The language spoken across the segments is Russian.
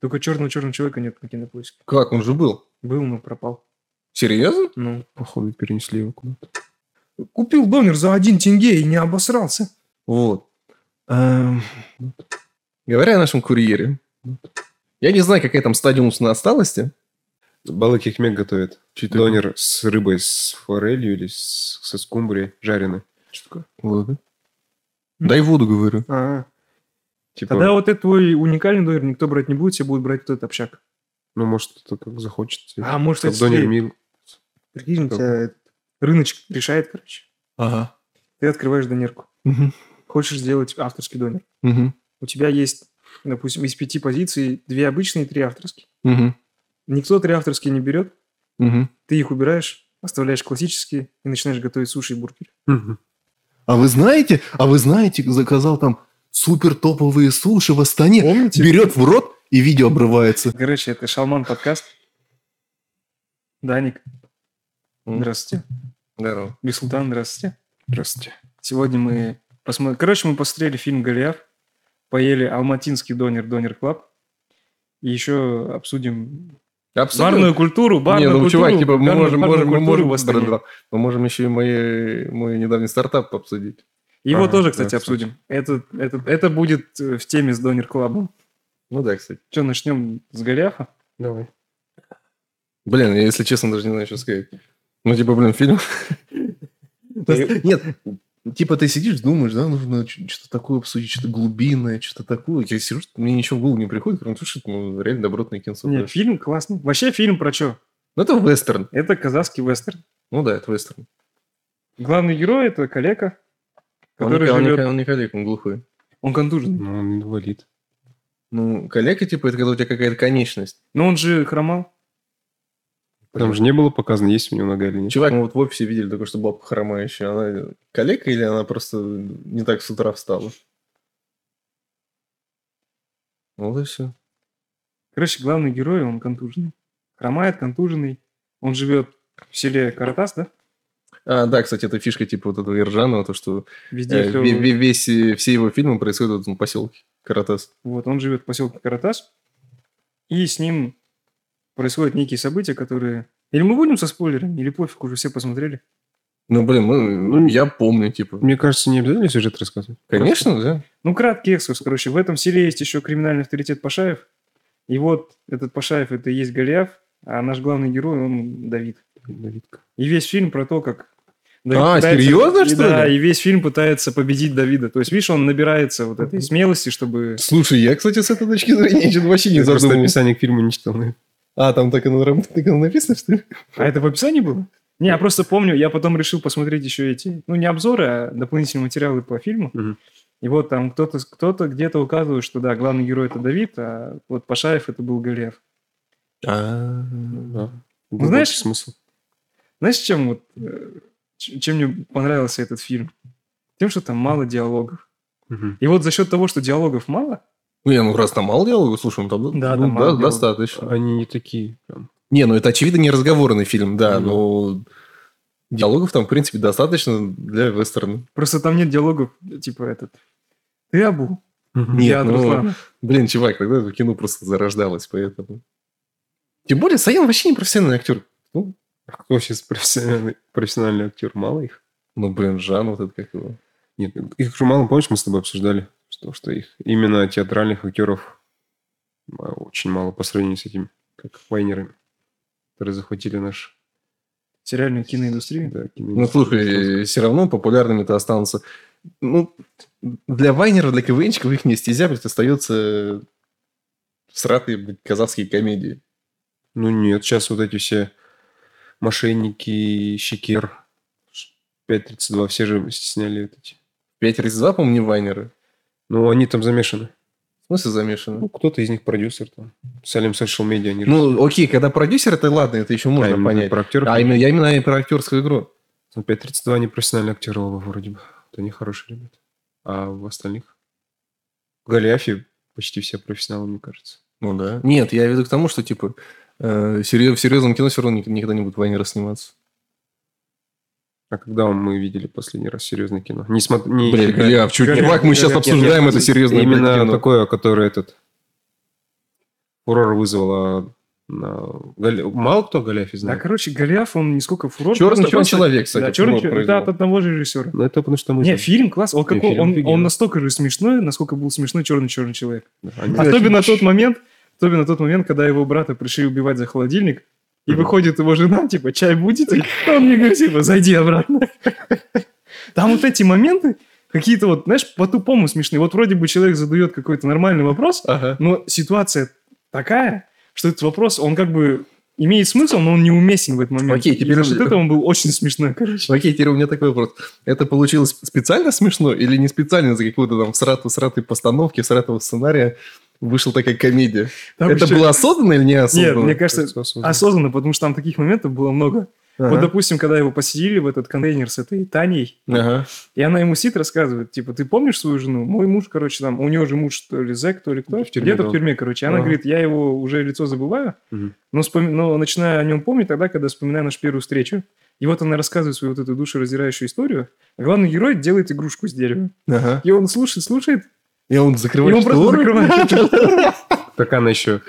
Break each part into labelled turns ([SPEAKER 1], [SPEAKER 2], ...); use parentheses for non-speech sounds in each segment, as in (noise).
[SPEAKER 1] Только черного-черного человека нет на кинопоиске.
[SPEAKER 2] Как, он же был?
[SPEAKER 1] Был, но пропал.
[SPEAKER 2] Серьезно?
[SPEAKER 1] Ну,
[SPEAKER 2] Походу, перенесли его куда-то.
[SPEAKER 1] купил донор за один тенге и не обосрался.
[SPEAKER 2] Вот. Эм, Говоря о нашем курьере. Я не знаю, какая там стадия умственной отсталости.
[SPEAKER 3] Балык Хикмек готовит.
[SPEAKER 2] Чё такое?
[SPEAKER 3] Донер с рыбой, с форелью или с, со скумбрией жареной.
[SPEAKER 2] Что такое? Вода. Дай воду, говорю.
[SPEAKER 1] А,
[SPEAKER 3] Типа,
[SPEAKER 1] тогда вот этот твой уникальный донор никто брать не будет, все будут брать вот этот общак.
[SPEAKER 3] ну, может, кто как захочет.
[SPEAKER 1] А может,
[SPEAKER 3] Как
[SPEAKER 1] это
[SPEAKER 3] донер
[SPEAKER 1] тебе-
[SPEAKER 3] мил.
[SPEAKER 1] прикинь, у
[SPEAKER 3] Как?
[SPEAKER 1] тебя этот рыночек решает, короче.
[SPEAKER 2] Ага.
[SPEAKER 1] Ты открываешь донерку.
[SPEAKER 2] Мгм.
[SPEAKER 1] Хочешь сделать авторский донор.
[SPEAKER 2] Мгм.
[SPEAKER 1] У тебя есть, допустим, из пяти позиций две обычные и три авторские.
[SPEAKER 2] Мгм.
[SPEAKER 1] Никто три авторские не берет,
[SPEAKER 2] Мгм.
[SPEAKER 1] ты их убираешь, оставляешь классические и начинаешь готовить суши и бургеры.
[SPEAKER 3] Мгм.
[SPEAKER 2] А вы знаете, а вы знаете, заказал там супер топовые суши в Астане.
[SPEAKER 1] Помните?
[SPEAKER 2] (laughs) Берет в рот и видео обрывается.
[SPEAKER 1] Короче, это Шалман подкаст. Даник, здравствуйте.
[SPEAKER 2] Здорово.
[SPEAKER 1] Бесултан, здравствуйте.
[SPEAKER 3] Здравствуйте.
[SPEAKER 1] Сегодня мы посмотрели... Короче, мы посмотрели фильм «Голиаф», поели алматинский донер «Донер Клаб», и еще обсудим барную культуру,
[SPEAKER 2] Не,
[SPEAKER 1] барную
[SPEAKER 2] ну,
[SPEAKER 1] культуру,
[SPEAKER 2] чувак, типа, мы
[SPEAKER 1] барную- барную
[SPEAKER 2] можем, можем, мы
[SPEAKER 1] культуру
[SPEAKER 2] можем,
[SPEAKER 1] в Астане.
[SPEAKER 2] да-да-да. мы можем еще и мои, мой недавний стартап обсудить.
[SPEAKER 1] Его
[SPEAKER 3] Ага,
[SPEAKER 1] тоже,
[SPEAKER 3] да,
[SPEAKER 1] кстати,
[SPEAKER 3] кстати.
[SPEAKER 1] обсудим. Это, это, это будет э, в теме с Донер Клабом.
[SPEAKER 2] Ну да, кстати.
[SPEAKER 1] Что, начнем с Голиафа?
[SPEAKER 3] Давай.
[SPEAKER 2] Блин, я, если честно, даже не знаю, что сказать. Ну, типа, блин, (laughs) фильм... То есть, Нет, типа, ты сидишь, думаешь, да, нужно ч- что-то такое обсудить, что-то глубинное, что-то такое. Я сижу, мне ничего в голову не приходит, кроме того, что это, ну, реально добротное кинцо.
[SPEAKER 1] Нет, фильм классный. Вообще фильм про что?
[SPEAKER 2] Ну, это вестерн.
[SPEAKER 1] Это казахский вестерн.
[SPEAKER 2] Ну да, это вестерн.
[SPEAKER 1] Главный герой – это калека, который
[SPEAKER 2] он, не-
[SPEAKER 1] живет...
[SPEAKER 2] он, не, он не коллег, он глухой.
[SPEAKER 1] Он контужен.
[SPEAKER 3] Ну, он инвалид.
[SPEAKER 2] Ну, коллега, типа, это когда у тебя какая-то конечность.
[SPEAKER 1] Но он же хромал.
[SPEAKER 3] Там же не было показано, есть у него нога или нет.
[SPEAKER 2] Чувак, мы вот в офисе видели только что бабка хромающая. Она коллега или она просто не так с утра встала? Вот и все.
[SPEAKER 1] Короче, главный герой – он контуженный. Хромает, контуженный. Он живет в селе Каратас, да?
[SPEAKER 2] А, да, кстати, это фишка типа вот этого Иржанова, то, что
[SPEAKER 1] Везде
[SPEAKER 2] э,
[SPEAKER 1] клёво.
[SPEAKER 2] ве- ве- весь, э, все его фильмы происходят в этом поселке. Каратас.
[SPEAKER 1] Вот, он живет в поселке Каратас. И с ним происходят некие события, которые... Или мы будем со спойлерами, или пофиг, уже все посмотрели.
[SPEAKER 2] Ну, блин, мы- я помню, типа.
[SPEAKER 3] Мне кажется, не обязательно сюжет рассказывать.
[SPEAKER 2] Конечно, да.
[SPEAKER 1] Ну, краткий экскурс, короче. В этом селе есть еще криминальный авторитет Пашаев. И вот этот Пашаев – это и есть Голиаф, а наш главный герой – он Давид.
[SPEAKER 3] Инвалидка.
[SPEAKER 1] И весь фильм про то, как...
[SPEAKER 2] А, серьезно,
[SPEAKER 1] и
[SPEAKER 2] что
[SPEAKER 1] Да,
[SPEAKER 2] ли?
[SPEAKER 1] и весь фильм пытается победить Давида. То есть, видишь, он набирается вот этой смелости, чтобы...
[SPEAKER 2] Слушай, я, кстати, с этой точки зрения (laughs) чё-то вообще не
[SPEAKER 3] Я просто
[SPEAKER 2] задумывался.
[SPEAKER 3] описание к фильму не читал. наверное.
[SPEAKER 2] А, там так и на- (laughs) так и написано, что ли?
[SPEAKER 1] А это в описании было? Не, я просто помню, я потом решил посмотреть еще эти, ну, не обзоры, а дополнительные материалы по фильму.
[SPEAKER 3] Мгм.
[SPEAKER 1] И вот там кто-то кто где-то указывает, что да, главный герой это Давид, а вот Пашаев это был Голиаф.
[SPEAKER 3] А. Да.
[SPEAKER 1] Ну, знаешь-
[SPEAKER 3] Глубокий смысл.
[SPEAKER 1] Знаешь, чем вот э, ч- чем мне понравился этот фильм? Тем, что там мало диалогов.
[SPEAKER 3] Мгм.
[SPEAKER 1] И вот за счет того, что диалогов мало,
[SPEAKER 2] Ну, я, ну, раз там мало диалога, слушай, он там...
[SPEAKER 1] Да,
[SPEAKER 2] ну,
[SPEAKER 1] там мало диалога.
[SPEAKER 2] достаточно.
[SPEAKER 3] Они не такие. прям.
[SPEAKER 2] Не, ну это очевидно не разговорный фильм, да,
[SPEAKER 3] Ну.
[SPEAKER 2] но диалогов там, в принципе, достаточно для вестерна.
[SPEAKER 1] просто там нет диалогов, типа этот. Ты Абу,
[SPEAKER 3] Мгм.
[SPEAKER 2] Нет,
[SPEAKER 1] я
[SPEAKER 2] ну,
[SPEAKER 1] Руслан».
[SPEAKER 2] Блин, чувак, тогда это кино просто зарождалось, поэтому... Тем более, Саян вообще не профессиональный актер.
[SPEAKER 3] А Кто сейчас профессиональный, профессиональный актер? Мало их?
[SPEAKER 2] Ну, блин, Жан вот это как его.
[SPEAKER 3] Нет, их же мало, помнишь, мы с тобой обсуждали, что, что их именно театральных актеров а, очень мало по сравнению с этими, как вайнерами, которые захватили наш
[SPEAKER 1] Сериальную киноиндустрию.
[SPEAKER 3] да, кино.
[SPEAKER 2] Ну, слушай, все равно популярными-то останутся... Ну, для Вайнера, для КВНчиков их не стезя, блядь, остается сратые блядь, казахские комедии.
[SPEAKER 3] Ну нет, сейчас вот эти все мошенники, щекер, 5.32, все же сняли вот эти.
[SPEAKER 2] 5.32, по-моему, не Вайнеры.
[SPEAKER 3] Ну, они там замешаны.
[SPEAKER 2] В смысле замешаны?
[SPEAKER 3] Ну, кто-то из них продюсер там. Салим Social Media, они же-
[SPEAKER 2] Ну, окей, когда продюсер, это ладно, это еще
[SPEAKER 3] А
[SPEAKER 2] можно
[SPEAKER 3] именно
[SPEAKER 2] понять.
[SPEAKER 3] Про актеров.
[SPEAKER 2] А именно, я именно и про актерскую игру.
[SPEAKER 3] Ну, 5.32 они профессиональные актеры оба вроде бы. Вот они хорошие ребята. А в остальных? В Голиафе почти все профессионалы, мне кажется.
[SPEAKER 2] Ну да. Нет, я веду к тому, что типа э, серьё- в серьезном кино все равно ник- никогда не будет Вайнера сниматься.
[SPEAKER 3] А когда мы видели последний раз серьезное кино? Не смотри... Не...
[SPEAKER 2] Блин,
[SPEAKER 3] считая-
[SPEAKER 2] Голиаф, чуть
[SPEAKER 1] Голиаф,
[SPEAKER 2] чувак, мы сейчас
[SPEAKER 1] Голиаф,
[SPEAKER 2] обсуждаем это серьезное блядь,
[SPEAKER 3] Именно
[SPEAKER 2] кино.
[SPEAKER 3] такое, которое этот... фурор вызвало... на Голля- Мало кто о Голиафе
[SPEAKER 1] Да,
[SPEAKER 3] знает.
[SPEAKER 1] короче, Голиаф, он не сколько фурор...
[SPEAKER 2] Черный,
[SPEAKER 1] просто-
[SPEAKER 2] черный
[SPEAKER 1] просто-
[SPEAKER 2] человек, кстати.
[SPEAKER 1] Да, «Черный
[SPEAKER 2] фурор
[SPEAKER 1] человек»,
[SPEAKER 2] произвел.
[SPEAKER 1] да,
[SPEAKER 2] Ну,
[SPEAKER 1] от одного же режиссера.
[SPEAKER 3] Но Ну, это потому что мы...
[SPEAKER 1] Не,
[SPEAKER 3] там-
[SPEAKER 1] фильм класс. Он,
[SPEAKER 3] Не,
[SPEAKER 1] какой,
[SPEAKER 3] фильм
[SPEAKER 1] он,
[SPEAKER 3] офигенный.
[SPEAKER 1] он настолько же смешной, насколько был смешной черный черный человек. А
[SPEAKER 3] Да, они-
[SPEAKER 2] Да,
[SPEAKER 1] Особенно
[SPEAKER 2] офигеть.
[SPEAKER 1] тот момент, особенно тот момент, когда его брата пришли убивать за холодильник, и
[SPEAKER 3] Мгм.
[SPEAKER 1] выходит его жена, типа, чай будете? А (laughs) Он мне говорит, типа, зайди обратно. (laughs) Там вот эти моменты какие-то вот, знаешь, по-тупому смешные. Вот вроде бы человек задает какой-то нормальный вопрос,
[SPEAKER 2] Ага.
[SPEAKER 1] но ситуация такая, что этот вопрос, он как бы имеет смысл, но он неуместен в этот момент.
[SPEAKER 2] Окей,
[SPEAKER 1] И
[SPEAKER 2] теперь
[SPEAKER 1] за счет
[SPEAKER 2] уже-
[SPEAKER 1] этого он был очень смешной, короче.
[SPEAKER 2] Окей, теперь у меня такой вопрос. Это получилось специально смешно или не специально за какую-то там срату сратой постановки, сратого сценария вышла такая комедия?
[SPEAKER 1] Там
[SPEAKER 2] это
[SPEAKER 1] еще-
[SPEAKER 2] было осознанно или не
[SPEAKER 1] Нет,
[SPEAKER 2] осознанно?
[SPEAKER 1] мне кажется,
[SPEAKER 3] Всё осознанно.
[SPEAKER 1] осознанно, потому что там таких моментов было много. Вот, допустим, когда его поселили в этот контейнер с этой Таней,
[SPEAKER 2] Ага.
[SPEAKER 1] и она ему сидит, рассказывает, типа, ты помнишь свою жену? Мой муж, короче, там, у нее же муж, то ли зэк, то ли кто,
[SPEAKER 3] В тюрьме,
[SPEAKER 1] где-то
[SPEAKER 3] да.
[SPEAKER 1] в тюрьме, короче. И Она
[SPEAKER 2] Ага.
[SPEAKER 1] говорит, я его уже лицо забываю,
[SPEAKER 3] Мгм.
[SPEAKER 1] но, вспоми- но начинаю о нем помнить тогда, когда вспоминаю нашу первую встречу. И вот она рассказывает свою вот эту душераздирающую историю, а главный герой делает игрушку с дерева.
[SPEAKER 2] Ага.
[SPEAKER 1] И он слушает, слушает,
[SPEAKER 2] И он
[SPEAKER 1] и
[SPEAKER 2] закрывает
[SPEAKER 1] он просто
[SPEAKER 2] шторы?
[SPEAKER 1] закрывает.
[SPEAKER 3] (laughs) Так она еще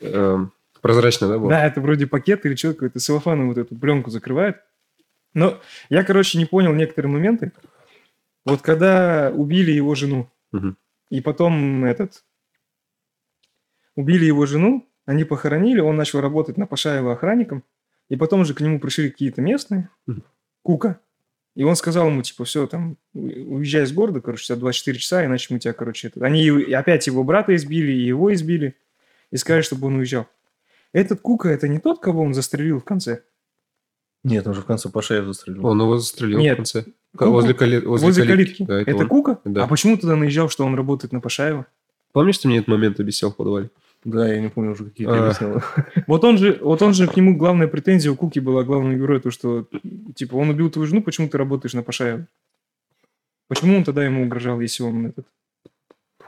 [SPEAKER 3] эм, прозрачная, да, была?
[SPEAKER 1] Да, это вроде пакет или что, какой-то целлофаном вот эту пленку закрывает. Но я, короче, не понял некоторые моменты. Вот когда убили его жену,
[SPEAKER 3] Мгм.
[SPEAKER 1] и потом этот... Убили его жену, они похоронили, он начал работать на Пашаева охранником, и потом же к нему пришли какие-то местные,
[SPEAKER 3] Мгм.
[SPEAKER 1] Кука, и он сказал ему, типа, все, там, у- уезжай из города, короче, у тебя 24 часа, иначе мы тебя, короче... это-». Они его- и опять его брата избили, и его избили, и сказали, чтобы он уезжал. Этот Кука это не тот, кого он застрелил в конце?
[SPEAKER 2] Нет, он же в конце Пашаев застрелил.
[SPEAKER 3] Он его застрелил
[SPEAKER 1] Нет.
[SPEAKER 3] в конце. Ка-
[SPEAKER 1] Куку-
[SPEAKER 3] Возле, коли- возле,
[SPEAKER 1] возле
[SPEAKER 3] калитки. Да, это,
[SPEAKER 1] это
[SPEAKER 3] он.
[SPEAKER 1] Кука?
[SPEAKER 3] Да.
[SPEAKER 1] А почему тогда наезжал, что он работает на Пашаева?
[SPEAKER 3] Помнишь, ты мне этот момент объяснял в подвале?
[SPEAKER 2] Да, я не помню уже, какие ты
[SPEAKER 3] А.
[SPEAKER 2] объяснял.
[SPEAKER 1] Вот он же, вот он же к нему главная претензия у Куки была, главный герой, то что, типа, он убил твою жену, почему ты работаешь на Пашаева? Почему он тогда ему угрожал, если он этот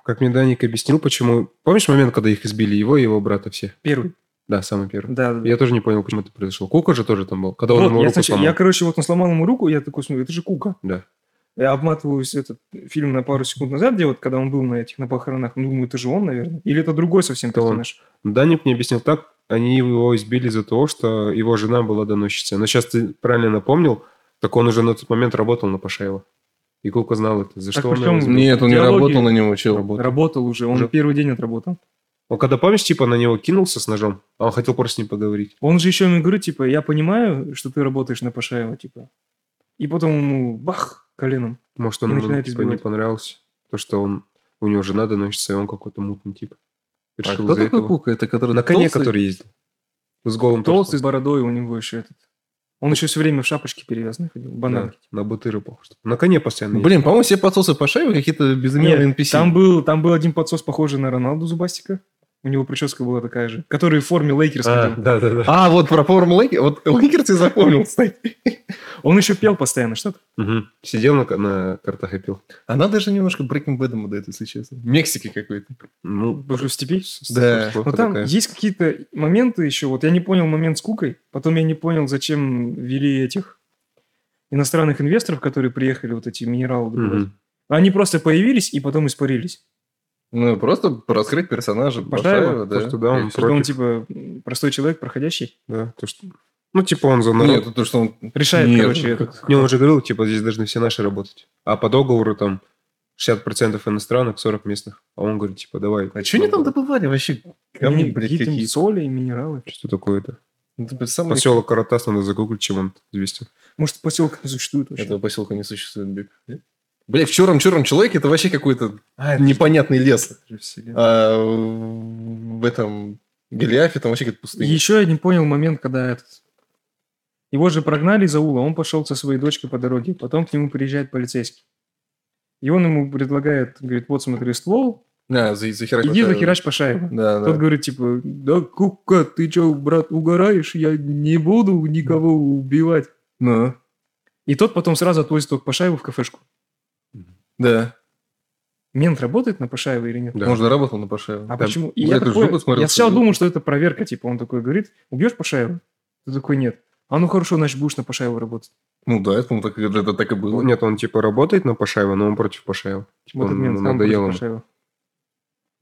[SPEAKER 3] Как мне Даник объяснил, почему... Помнишь момент, когда их избили, его и его брата все?
[SPEAKER 1] первый?
[SPEAKER 3] Да, самый первый.
[SPEAKER 1] Да, да, да.
[SPEAKER 3] Я тоже не понял, почему это произошло. Кука же тоже там был, когда он
[SPEAKER 1] Вот,
[SPEAKER 3] ему
[SPEAKER 1] я,
[SPEAKER 3] руку
[SPEAKER 1] сначала-
[SPEAKER 3] сломал.
[SPEAKER 1] я, короче, вот он сломал ему руку, я такой смотрю, это же Кука.
[SPEAKER 3] Да.
[SPEAKER 1] Я обматываюсь этот фильм на пару секунд назад, где вот, когда он был на этих, на похоронах, ну, думаю, это же он, наверное. Или это другой совсем
[SPEAKER 3] Это он.
[SPEAKER 1] персонаж?
[SPEAKER 3] Даник мне объяснил так, они его избили из-за того, что его жена была доносчицей. Но сейчас ты правильно напомнил, так он уже на тот момент работал на Пашаева. И Кука знал это. За
[SPEAKER 1] Так
[SPEAKER 3] что он
[SPEAKER 1] причем
[SPEAKER 3] его
[SPEAKER 2] (laughs)
[SPEAKER 3] избил.
[SPEAKER 2] Нет, он не
[SPEAKER 1] Диалоги.
[SPEAKER 2] работал на него, чел.
[SPEAKER 3] Работал.
[SPEAKER 1] Работал уже, он
[SPEAKER 3] Уже.
[SPEAKER 1] первый день отработал.
[SPEAKER 3] Он когда, помнишь, типа на него кинулся с ножом, а он хотел просто с ним поговорить.
[SPEAKER 1] Он же еще ему говорит, типа, я понимаю, что ты работаешь на Пашаева, типа. И потом ему бах коленом.
[SPEAKER 3] Может, он
[SPEAKER 1] И
[SPEAKER 3] ему
[SPEAKER 1] начинает
[SPEAKER 3] типа, не
[SPEAKER 1] избивать.
[SPEAKER 3] понравился. То, что он у него жена доносится, и он какой-то мутный тип.
[SPEAKER 2] А
[SPEAKER 3] Решил
[SPEAKER 2] кто
[SPEAKER 3] из-за
[SPEAKER 2] такой
[SPEAKER 3] этого.
[SPEAKER 2] Кука? Это который
[SPEAKER 3] На коне,
[SPEAKER 2] толстый?
[SPEAKER 3] который ездил. С голым
[SPEAKER 1] Толстый,
[SPEAKER 3] толстым.
[SPEAKER 1] с бородой у него еще этот. Он еще все время в шапочке перевязанный ходил, банан.
[SPEAKER 3] на бутыры похож. На коне постоянно ездил.
[SPEAKER 2] Блин, по-моему, все подсосы Пашаева какие-то безымянные NPC.
[SPEAKER 1] там, был, там был один подсос, похожий на Роналду Зубастика. У него прическа была такая же. Который в форме Лейкерс
[SPEAKER 3] А,
[SPEAKER 1] ходил.
[SPEAKER 3] да, да, да.
[SPEAKER 2] (laughs) А, вот про форму Лейкер. Вот (laughs) Лейкерс я запомнил, кстати.
[SPEAKER 1] (laughs) Он еще пел постоянно что-то.
[SPEAKER 3] Мгм. Сидел на, ка- на картах и пил.
[SPEAKER 2] Она даже немножко Breaking Bad'ом отдает, если честно. Мексики какой-то.
[SPEAKER 3] Ну,
[SPEAKER 1] Боже, в степи.
[SPEAKER 3] с-
[SPEAKER 2] Да.
[SPEAKER 3] с-
[SPEAKER 1] Но там
[SPEAKER 3] такая.
[SPEAKER 1] есть какие-то моменты еще. Вот я не понял момент с Кукой, потом я не понял, зачем вели этих иностранных инвесторов, которые приехали вот эти минералы добывать.
[SPEAKER 3] Мгм.
[SPEAKER 1] Они просто появились и потом испарились.
[SPEAKER 2] Ну, просто раскрыть персонажа
[SPEAKER 1] Пашаева,
[SPEAKER 2] Пашаева,
[SPEAKER 3] то,
[SPEAKER 2] да.
[SPEAKER 3] что да, он
[SPEAKER 2] И
[SPEAKER 1] Что он
[SPEAKER 3] против.
[SPEAKER 1] типа м, простой человек, проходящий,
[SPEAKER 3] Да, то, что... Ну, типа он за народ.
[SPEAKER 2] Нет, то, что он...
[SPEAKER 1] решает,
[SPEAKER 2] Нет, ну,
[SPEAKER 1] короче,
[SPEAKER 2] как-
[SPEAKER 1] этот.
[SPEAKER 3] Не, он же говорил, типа, здесь должны все наши работать. А по договору там 60% иностранных, 40 местных. А он говорит, типа, давай.
[SPEAKER 2] А что они там добывали вообще? Камни,
[SPEAKER 1] мини-
[SPEAKER 2] блядь,
[SPEAKER 1] какие-то
[SPEAKER 2] какие?
[SPEAKER 1] соли и минералы.
[SPEAKER 3] Что такое-то?
[SPEAKER 2] Это блядь, самый-
[SPEAKER 3] Поселок Каратас надо загуглить, чем он известен.
[SPEAKER 1] Может, поселка не существует вообще.
[SPEAKER 2] Этого поселка не существует, Биг. Блядь, в черном-черном человеке это вообще какой-то
[SPEAKER 3] А,
[SPEAKER 2] непонятный лес. А в этом Голиафе там вообще как пустыня.
[SPEAKER 1] Еще я не понял момент, когда этот... Его же прогнали из аула, он пошел со своей дочкой по дороге, потом к нему приезжает полицейский. И он ему предлагает, говорит, вот смотри, ствол,
[SPEAKER 2] Да, за, захерачивать.
[SPEAKER 1] иди захерач Пашаева.
[SPEAKER 2] Да, да.
[SPEAKER 1] Тот говорит, типа, да Кука, ты чё, брат, угораешь? Я не буду никого убивать.
[SPEAKER 2] Ну,
[SPEAKER 1] И тот потом сразу отвозит его к Пашаеву в кафешку.
[SPEAKER 2] да.
[SPEAKER 1] Мент работает на Пашаева или нет?
[SPEAKER 3] Да.
[SPEAKER 2] Можно работал на Пашаева.
[SPEAKER 1] А
[SPEAKER 2] Да.
[SPEAKER 1] почему? И
[SPEAKER 2] Бля,
[SPEAKER 1] я,
[SPEAKER 2] ты
[SPEAKER 1] такой-
[SPEAKER 2] жопу смотрел,
[SPEAKER 1] я сначала
[SPEAKER 2] что ли?
[SPEAKER 1] думал, что это проверка, типа, он такой говорит, убьешь Пашаева? Ты такой, нет. А ну хорошо, значит, будешь на Пашаева работать.
[SPEAKER 2] Ну да, это, так, и- это так и было.
[SPEAKER 3] Нет, он типа работает на Пашаева, но он против Пашаева. Типа,
[SPEAKER 1] Вот этот
[SPEAKER 3] он,
[SPEAKER 1] мент
[SPEAKER 3] ему
[SPEAKER 1] сам
[SPEAKER 3] надоело.
[SPEAKER 1] против Пашаева.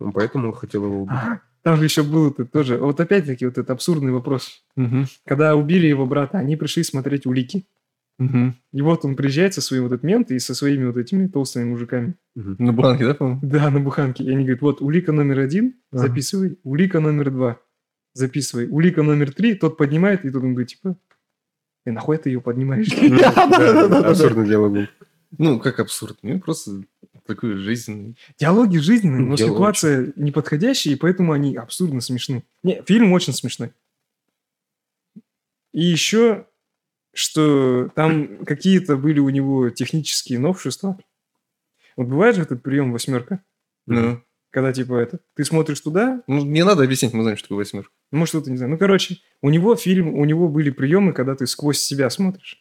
[SPEAKER 3] Он поэтому хотел его убить.
[SPEAKER 1] А, Там же еще был этот тоже. Вот опять-таки вот этот абсурдный вопрос.
[SPEAKER 2] Мгм.
[SPEAKER 1] Когда убили его брата, они пришли смотреть улики.
[SPEAKER 2] Мгм.
[SPEAKER 1] И вот он приезжает со своим вот этот мент и со своими вот этими толстыми мужиками.
[SPEAKER 2] На Буранке, да, по-моему?
[SPEAKER 1] Да, на буханке. И они говорят, вот улика номер один,
[SPEAKER 2] Ага.
[SPEAKER 1] записывай. Улика номер два, записывай. Улика номер три, тот поднимает, и тут он говорит, типа, и нахуй ты ее поднимаешь?
[SPEAKER 2] Да-да-да-да-да.
[SPEAKER 3] Абсурдный диалог был.
[SPEAKER 2] Ну, как абсурд. Ну, просто такой жизненный.
[SPEAKER 1] (laughs) Диалоги жизненные, но
[SPEAKER 2] Диалоги.
[SPEAKER 1] ситуация неподходящая, и поэтому они абсурдно смешны. Не, фильм очень смешной. И еще, что там какие-то были у него технические новшества. Вот бывает же этот прием восьмерка,
[SPEAKER 2] Ну,
[SPEAKER 1] когда типа это, ты смотришь туда,
[SPEAKER 2] ну, не надо объяснять, мы знаем, что такое восьмерка.
[SPEAKER 1] Ну, может, кто-то не знаю. Ну, короче, у него фильм, у него были приемы, когда ты сквозь себя смотришь.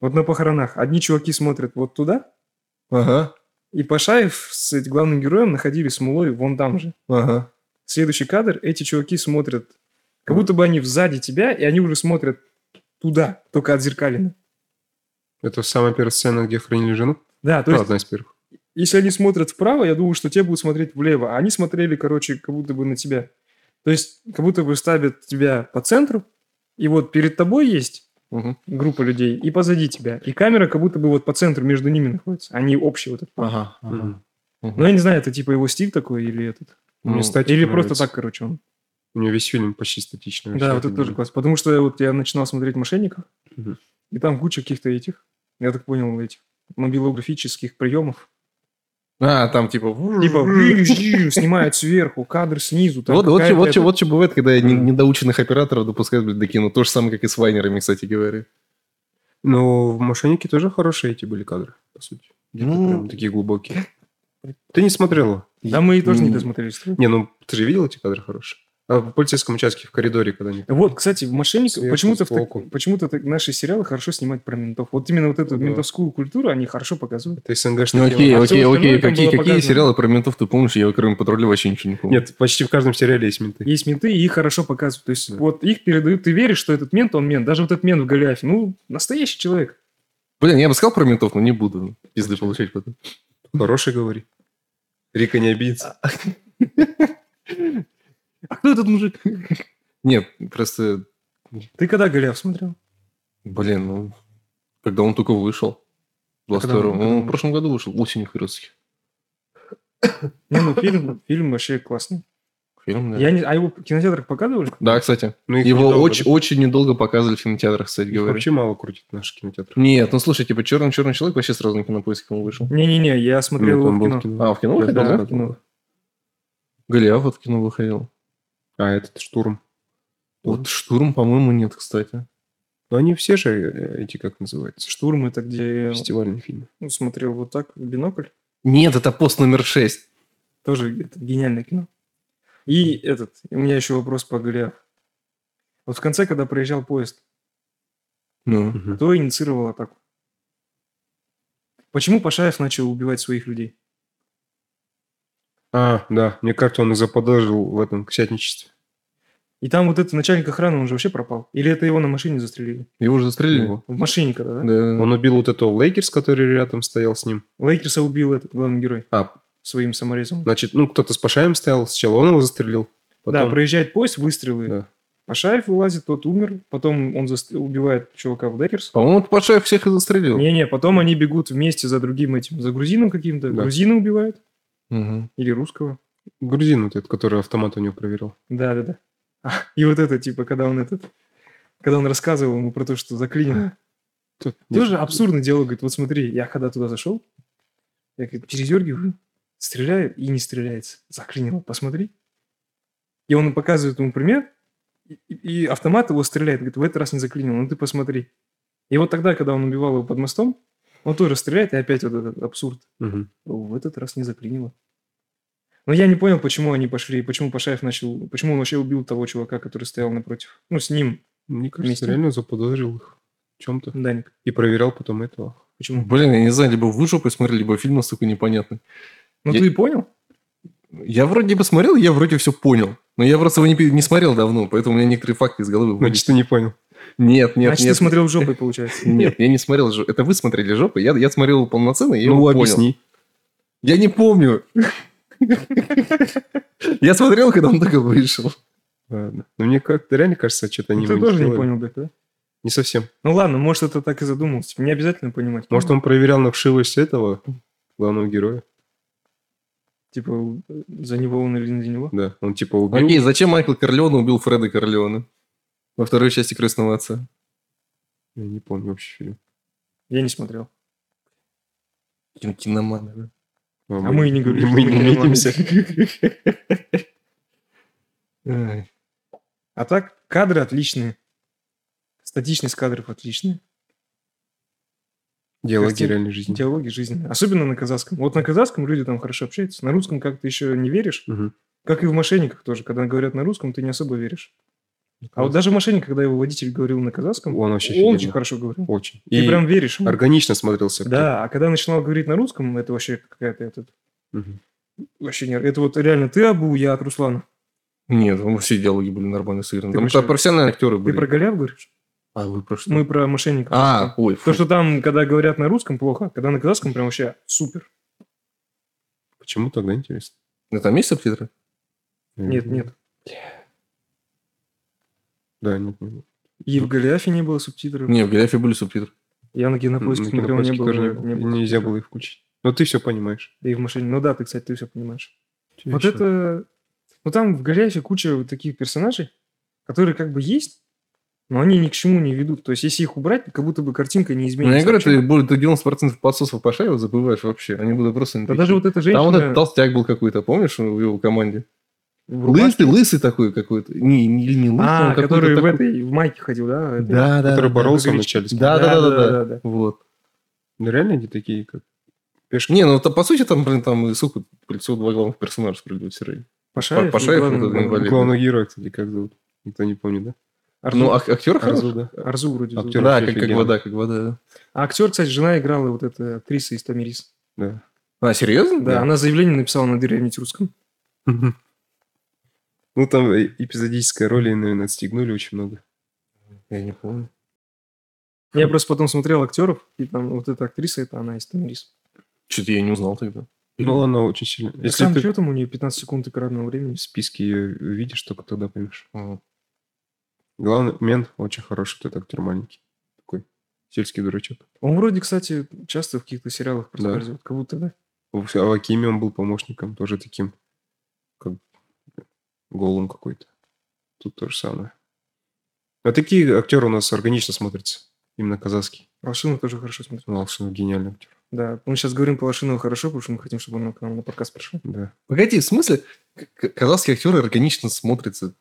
[SPEAKER 1] Вот на похоронах. Одни чуваки смотрят вот туда,
[SPEAKER 2] Ага,
[SPEAKER 1] и Пашаев с этим главным героем находили смолой вон там же.
[SPEAKER 2] ага.
[SPEAKER 1] Следующий кадр, эти чуваки смотрят, как будто бы они сзади тебя, и они уже смотрят туда, только отзеркаленно.
[SPEAKER 3] Это самая первая сцена, где хранили жену?
[SPEAKER 1] Да, то
[SPEAKER 2] А,
[SPEAKER 3] Да,
[SPEAKER 1] есть,
[SPEAKER 3] одна из первых.
[SPEAKER 1] если они смотрят вправо, я думаю, что те будут смотреть влево, а они смотрели, короче, как будто бы на тебя. То есть, как будто бы ставят тебя по центру, и вот перед тобой есть
[SPEAKER 2] Мгм.
[SPEAKER 1] группа людей, и позади тебя. И камера как будто бы вот по центру между ними находится. Они общие вот этот.
[SPEAKER 2] Ага, ага.
[SPEAKER 3] Мгм.
[SPEAKER 1] Ну, я не знаю, это типа его стиль такой или этот.
[SPEAKER 3] Мне
[SPEAKER 2] Ну,
[SPEAKER 3] статика
[SPEAKER 1] или
[SPEAKER 3] нравится.
[SPEAKER 1] просто так, короче, он.
[SPEAKER 3] У него весь фильм почти статичный.
[SPEAKER 1] да,
[SPEAKER 3] вообще,
[SPEAKER 1] вот это тоже
[SPEAKER 3] было.
[SPEAKER 1] класс. Потому что вот я начинал смотреть «Мошенников»,
[SPEAKER 3] Мгм.
[SPEAKER 1] и там куча каких-то этих, я так понял, этих мобилографических приемов.
[SPEAKER 2] А, там типа...
[SPEAKER 1] Типа снимают сверху, кадр снизу. там
[SPEAKER 2] Вот, вот, чё-
[SPEAKER 1] какая-то
[SPEAKER 2] вот, чё-
[SPEAKER 1] это-
[SPEAKER 2] вот что бывает, когда не-
[SPEAKER 1] Мгм.
[SPEAKER 2] недоученных операторов допускают блядь, до кино. То же самое, как и с вайнерами, кстати говоря.
[SPEAKER 3] Но в «Мошеннике» тоже хорошие эти были кадры, по сути. Где-то
[SPEAKER 2] Ну,
[SPEAKER 3] прям такие
[SPEAKER 2] (laughs)
[SPEAKER 3] глубокие. Ты не смотрела?
[SPEAKER 1] Да мы и тоже не
[SPEAKER 3] М.
[SPEAKER 1] досмотрелись.
[SPEAKER 3] Не, ну ты же видел эти кадры хорошие? А в полицейском участке в коридоре, когда они...
[SPEAKER 1] Вот, кстати, в «Мошенниках»
[SPEAKER 3] Сверху,
[SPEAKER 1] почему-то, в так-
[SPEAKER 3] сбоку.
[SPEAKER 1] почему-то так наши сериалы хорошо снимать про ментов. Вот именно вот эту
[SPEAKER 3] Да.
[SPEAKER 1] ментовскую культуру они хорошо показывают.
[SPEAKER 3] Это СНГ
[SPEAKER 2] Ну окей,
[SPEAKER 1] А всё
[SPEAKER 2] окей,
[SPEAKER 1] остальное
[SPEAKER 2] окей.
[SPEAKER 1] там
[SPEAKER 2] Какие,
[SPEAKER 1] было
[SPEAKER 2] какие
[SPEAKER 1] показано.
[SPEAKER 2] сериалы про ментов ты помнишь? Я кроме патруля вообще ничего не помню.
[SPEAKER 3] Нет, почти в каждом сериале есть менты.
[SPEAKER 1] Есть менты, и их хорошо показывают. То есть
[SPEAKER 3] Да.
[SPEAKER 1] вот их передают, ты веришь, что этот мент, он мент. Даже вот этот мент в Голиафе, ну, настоящий человек.
[SPEAKER 2] Блин, я бы сказал про ментов, но не буду. ну, Пизды получать потом.
[SPEAKER 3] Хороший, говори. Рика не обидится.
[SPEAKER 2] А кто этот мужик? Нет, просто...
[SPEAKER 1] Ты когда Голиаф смотрел?
[SPEAKER 2] Блин, ну... Когда он только вышел. В
[SPEAKER 1] когда он-
[SPEAKER 2] 22-м.
[SPEAKER 1] когда
[SPEAKER 2] Он
[SPEAKER 1] он-
[SPEAKER 2] в прошлом году вышел. Осенью как раз таки.
[SPEAKER 1] Не, ну фильм, фильм вообще классный.
[SPEAKER 2] Фильм, да.
[SPEAKER 1] Я не, а его в кинотеатрах показывали?
[SPEAKER 2] Да, кстати.
[SPEAKER 3] Ну, их
[SPEAKER 2] Его
[SPEAKER 3] недолго,
[SPEAKER 2] очень,
[SPEAKER 3] да?
[SPEAKER 2] очень недолго показывали в кинотеатрах, кстати
[SPEAKER 3] Их
[SPEAKER 2] говоря.
[SPEAKER 3] вообще мало крутит наш кинотеатр.
[SPEAKER 2] Нет, ну слушай, типа черный-черный человек вообще сразу на кинопоиске он вышел.
[SPEAKER 1] Не-не-не, я смотрел его в кино.
[SPEAKER 2] А, в кино
[SPEAKER 3] Я
[SPEAKER 2] выходил,
[SPEAKER 3] знал,
[SPEAKER 2] да?
[SPEAKER 3] как было.
[SPEAKER 2] Голиаф вот в кино выходил.
[SPEAKER 3] А этот штурм.
[SPEAKER 2] Вот штурм, по-моему, нет, кстати.
[SPEAKER 3] Но Ну, они все же э, эти, как называется,
[SPEAKER 1] Штурм это где
[SPEAKER 3] фестивальные фильмы.
[SPEAKER 1] ну, смотрел вот так в бинокль.
[SPEAKER 2] Нет, это пост номер 6.
[SPEAKER 1] Тоже это гениальное кино. И этот, у меня еще вопрос по Голиаф. Вот в конце, когда проезжал поезд,
[SPEAKER 2] Ну.
[SPEAKER 1] кто инициировал атаку? Почему Пашаев начал убивать своих людей?
[SPEAKER 3] А, да, мне кажется, он и заподозрил в этом ксятничестве.
[SPEAKER 1] И там вот этот начальник охраны, он же вообще пропал. Или это его на машине застрелили?
[SPEAKER 2] Его уже застрелили.
[SPEAKER 3] Его.
[SPEAKER 1] В машине когда, да?
[SPEAKER 2] Да, да, да.
[SPEAKER 3] Он убил вот этого Лейкерс, который рядом стоял с ним.
[SPEAKER 1] Лейкерса убил этот главный герой
[SPEAKER 3] А,
[SPEAKER 1] своим саморезом.
[SPEAKER 3] значит, ну кто-то с Пашаем стоял, сначала он его застрелил.
[SPEAKER 1] Да,
[SPEAKER 3] Потом...
[SPEAKER 1] проезжает поезд, выстрелы.
[SPEAKER 3] Да.
[SPEAKER 1] Пашаев вылазит, тот умер. Потом он заст- убивает чувака в Лейкерс.
[SPEAKER 2] По-моему, это Пашаев всех и застрелил.
[SPEAKER 1] Не-не, потом они бегут вместе за другим этим, за грузином каким-то.
[SPEAKER 3] Да.
[SPEAKER 1] Грузина убивает.
[SPEAKER 2] Мгм.
[SPEAKER 1] Или русского.
[SPEAKER 3] Грузин вот этот, который автомат у него проверил.
[SPEAKER 1] Да-да-да. (laughs) А, И вот это, типа, когда он этот... Когда он рассказывал ему про то, что заклинило.
[SPEAKER 3] Тот-
[SPEAKER 1] Тоже абсурдный диалог. Говорит, вот смотри, я когда туда зашел, я говорит, передергиваю, стреляю и не стреляется. Заклинило, посмотри. И он показывает ему пример, и, и автомат его стреляет. Говорит, в этот раз не заклинило, ну ты посмотри. И вот тогда, когда он убивал его под мостом, он тоже стреляет, и опять вот этот абсурд.
[SPEAKER 3] Мгм.
[SPEAKER 1] В этот раз не заклинило. Но я не понял, почему они пошли, почему Пашаев начал, почему он вообще убил того чувака, который стоял напротив. Ну, с ним,
[SPEAKER 3] Мне кажется,
[SPEAKER 1] Вместе?
[SPEAKER 3] реально заподозрил их в чем-то.
[SPEAKER 1] Даник.
[SPEAKER 3] И проверял потом этого.
[SPEAKER 1] Почему?
[SPEAKER 2] Блин, я не знаю, либо вы жопой смотрели, либо фильм настолько непонятный.
[SPEAKER 1] Ну,
[SPEAKER 2] Я-
[SPEAKER 1] ты понял?
[SPEAKER 2] Я вроде бы смотрел, я вроде все понял. Но я просто его не, пи- не смотрел давно, поэтому у меня некоторые факты из головы вылетели.
[SPEAKER 3] Значит, ты не понял.
[SPEAKER 2] Нет, нет,
[SPEAKER 1] Значит,
[SPEAKER 2] нет.
[SPEAKER 1] ты смотрел жопой, получается.
[SPEAKER 2] Нет, (laughs) я не смотрел жопы. Это вы смотрели жопы, я, я смотрел полноценно, и я
[SPEAKER 3] ну,
[SPEAKER 2] его понял.
[SPEAKER 3] объясни.
[SPEAKER 2] Я не помню. Я смотрел, когда он только вышел.
[SPEAKER 3] Ладно. Но мне как-то реально кажется, что-то они
[SPEAKER 1] Ну, Ты тоже не понял, Бек, да?
[SPEAKER 3] Не совсем.
[SPEAKER 1] Ну ладно, может, это так и задумалось. Типа, не обязательно понимать. ну,
[SPEAKER 3] Может, он проверял на вшивость этого главного героя?
[SPEAKER 1] Типа, за него он или не за него?
[SPEAKER 3] Да. Он типа убил.
[SPEAKER 2] Окей, зачем Майкл Корлеоне убил Фреда Корлеона во второй части «Крестного отца»?
[SPEAKER 3] Я не помню вообще фильм.
[SPEAKER 1] Я не смотрел.
[SPEAKER 2] Кин- Киноманы, да?
[SPEAKER 1] А мы и не говорим.
[SPEAKER 3] Мы
[SPEAKER 1] что
[SPEAKER 3] не
[SPEAKER 1] понимаем.
[SPEAKER 3] видимся.
[SPEAKER 1] (laughs) Ай. А так, кадры отличные. Статичность кадров отличная.
[SPEAKER 3] Диалоги
[SPEAKER 1] Костя-
[SPEAKER 3] реальной жизни.
[SPEAKER 1] Диалоги жизненные. Особенно на казахском. Вот на казахском люди там хорошо общаются. На русском как-то еще не веришь.
[SPEAKER 3] Мгм.
[SPEAKER 1] Как и в «Мошенниках» тоже. Когда говорят на русском, ты не особо веришь. А вот даже в «Мошенниках», когда его водитель говорил на казахском,
[SPEAKER 3] Он вообще
[SPEAKER 1] он очень
[SPEAKER 3] офигенно.
[SPEAKER 1] хорошо говорил.
[SPEAKER 3] Очень.
[SPEAKER 1] Ты
[SPEAKER 3] И
[SPEAKER 1] прям веришь. ему.
[SPEAKER 3] органично смотрелся.
[SPEAKER 1] Да, а когда начинал говорить на русском, это вообще какая-то... этот,
[SPEAKER 3] Мгм.
[SPEAKER 1] вообще не... Это вот реально ты, Абу, я от Руслана.
[SPEAKER 2] Нет, ну, все диалоги были нормально сыграны.
[SPEAKER 1] Ты
[SPEAKER 2] Там
[SPEAKER 1] про что?
[SPEAKER 2] профессиональные актеры
[SPEAKER 1] Ты
[SPEAKER 2] были.
[SPEAKER 1] про Ну, Голиаф говоришь?
[SPEAKER 2] А вы про что?
[SPEAKER 1] Мы про «Мошенников».
[SPEAKER 2] А, ой,
[SPEAKER 1] То,
[SPEAKER 2] фу.
[SPEAKER 1] что там, когда говорят на русском, плохо, когда на казахском прям вообще супер.
[SPEAKER 3] Почему тогда интересно?
[SPEAKER 2] Ну, там есть субтитры?
[SPEAKER 3] Я не
[SPEAKER 1] Нет,
[SPEAKER 3] знаю.
[SPEAKER 1] нет.
[SPEAKER 3] Да, нет, нет.
[SPEAKER 1] И в Голиафе не было субтитров.
[SPEAKER 2] Не, в Голиафе были субтитры.
[SPEAKER 1] Я на кинопоиске
[SPEAKER 3] На
[SPEAKER 1] смотрел, не
[SPEAKER 3] кинопоиске
[SPEAKER 1] было.
[SPEAKER 3] тоже
[SPEAKER 1] не
[SPEAKER 3] не было.
[SPEAKER 1] не было
[SPEAKER 3] Нельзя
[SPEAKER 1] субтитров.
[SPEAKER 3] было их включить. Но ты все понимаешь.
[SPEAKER 1] Да и в машине. Ну да, ты, кстати, ты все понимаешь. вот
[SPEAKER 3] Чё?
[SPEAKER 1] это... Ну там в Голиафе куча вот таких персонажей, которые как бы есть, но они ни к чему не ведут. То есть если их убрать, как будто бы картинка не
[SPEAKER 2] Ну,
[SPEAKER 1] изменится.
[SPEAKER 2] я говорю,
[SPEAKER 1] вообще.
[SPEAKER 2] ты более ты 90% подсосов по шайбу забываешь вообще. Они были просто...
[SPEAKER 1] Да даже вот эта женщина...
[SPEAKER 2] Там вот этот толстяк был какой-то, помнишь, в его команде?
[SPEAKER 1] в рубашке.
[SPEAKER 2] Лысый, лысый такой какой-то. Не, не, или не лысый,
[SPEAKER 1] А,
[SPEAKER 2] он какой-то
[SPEAKER 1] который в
[SPEAKER 2] такой-
[SPEAKER 1] этой... В майке ходил, да? Это-
[SPEAKER 2] Да, да,
[SPEAKER 3] Который
[SPEAKER 2] да,
[SPEAKER 3] боролся в
[SPEAKER 1] Грич.
[SPEAKER 3] начале. с
[SPEAKER 2] Да, да, да, да, да.
[SPEAKER 1] да.
[SPEAKER 2] Вот.
[SPEAKER 3] Ну, реально они такие, как... Пешки.
[SPEAKER 2] Не, ну то, по сути там, блин, там, и, сука, лицо два главных персонажа справедливости ради.
[SPEAKER 1] Пашаев. ну,
[SPEAKER 2] Пашаев вот
[SPEAKER 1] главный,
[SPEAKER 2] этот инвалид.
[SPEAKER 1] главный.
[SPEAKER 3] Главного героя, кстати, как зовут? Никто не помнит, да?
[SPEAKER 1] Арзу-
[SPEAKER 2] Ну, ак- актер хороший?
[SPEAKER 3] Арзу, да.
[SPEAKER 1] Арзу вроде. зовут.
[SPEAKER 3] актер
[SPEAKER 2] Да,
[SPEAKER 3] вообще
[SPEAKER 2] как, как
[SPEAKER 3] офигенный.
[SPEAKER 2] вода, как вода.
[SPEAKER 1] А актер, кстати, жена играла вот эта актриса из Тамирис.
[SPEAKER 3] Да. (laughs)
[SPEAKER 2] А, серьезно?
[SPEAKER 1] Да, она заявление написала на древнем русском.
[SPEAKER 3] Ну, там э, эпизодической роли, наверное, отстегнули очень много.
[SPEAKER 2] Я не помню.
[SPEAKER 1] Я просто потом смотрел актеров, и там вот эта актриса, это она из Тамирис.
[SPEAKER 2] Что-то я не узнал тогда.
[SPEAKER 3] Ну, она очень сильно.
[SPEAKER 1] Если
[SPEAKER 3] Если
[SPEAKER 1] Сам
[SPEAKER 3] ты
[SPEAKER 1] чё там у нее 15 секунд экранного времени.
[SPEAKER 3] в списке ее видишь, только тогда поймешь.
[SPEAKER 2] М.
[SPEAKER 3] Главный мент очень хороший, вот этот актер маленький. Такой сельский дурачок.
[SPEAKER 1] Он вроде, кстати, часто в каких-то сериалах проскальзывает, как будто, да?
[SPEAKER 3] В с- в Акиме а он был помощником, тоже таким, как голым какой-то. Тут то же самое. А такие актеры у нас органично смотрятся. Именно казахский.
[SPEAKER 1] Волшинов тоже хорошо смотрит.
[SPEAKER 3] Волшинов гениальный актер.
[SPEAKER 1] Да, мы сейчас говорим по Волшинову хорошо, потому что мы хотим, чтобы он к нам на подкаст пришел.
[SPEAKER 3] Да.
[SPEAKER 2] Погоди, в смысле? К- Казахские актеры органично смотрятся.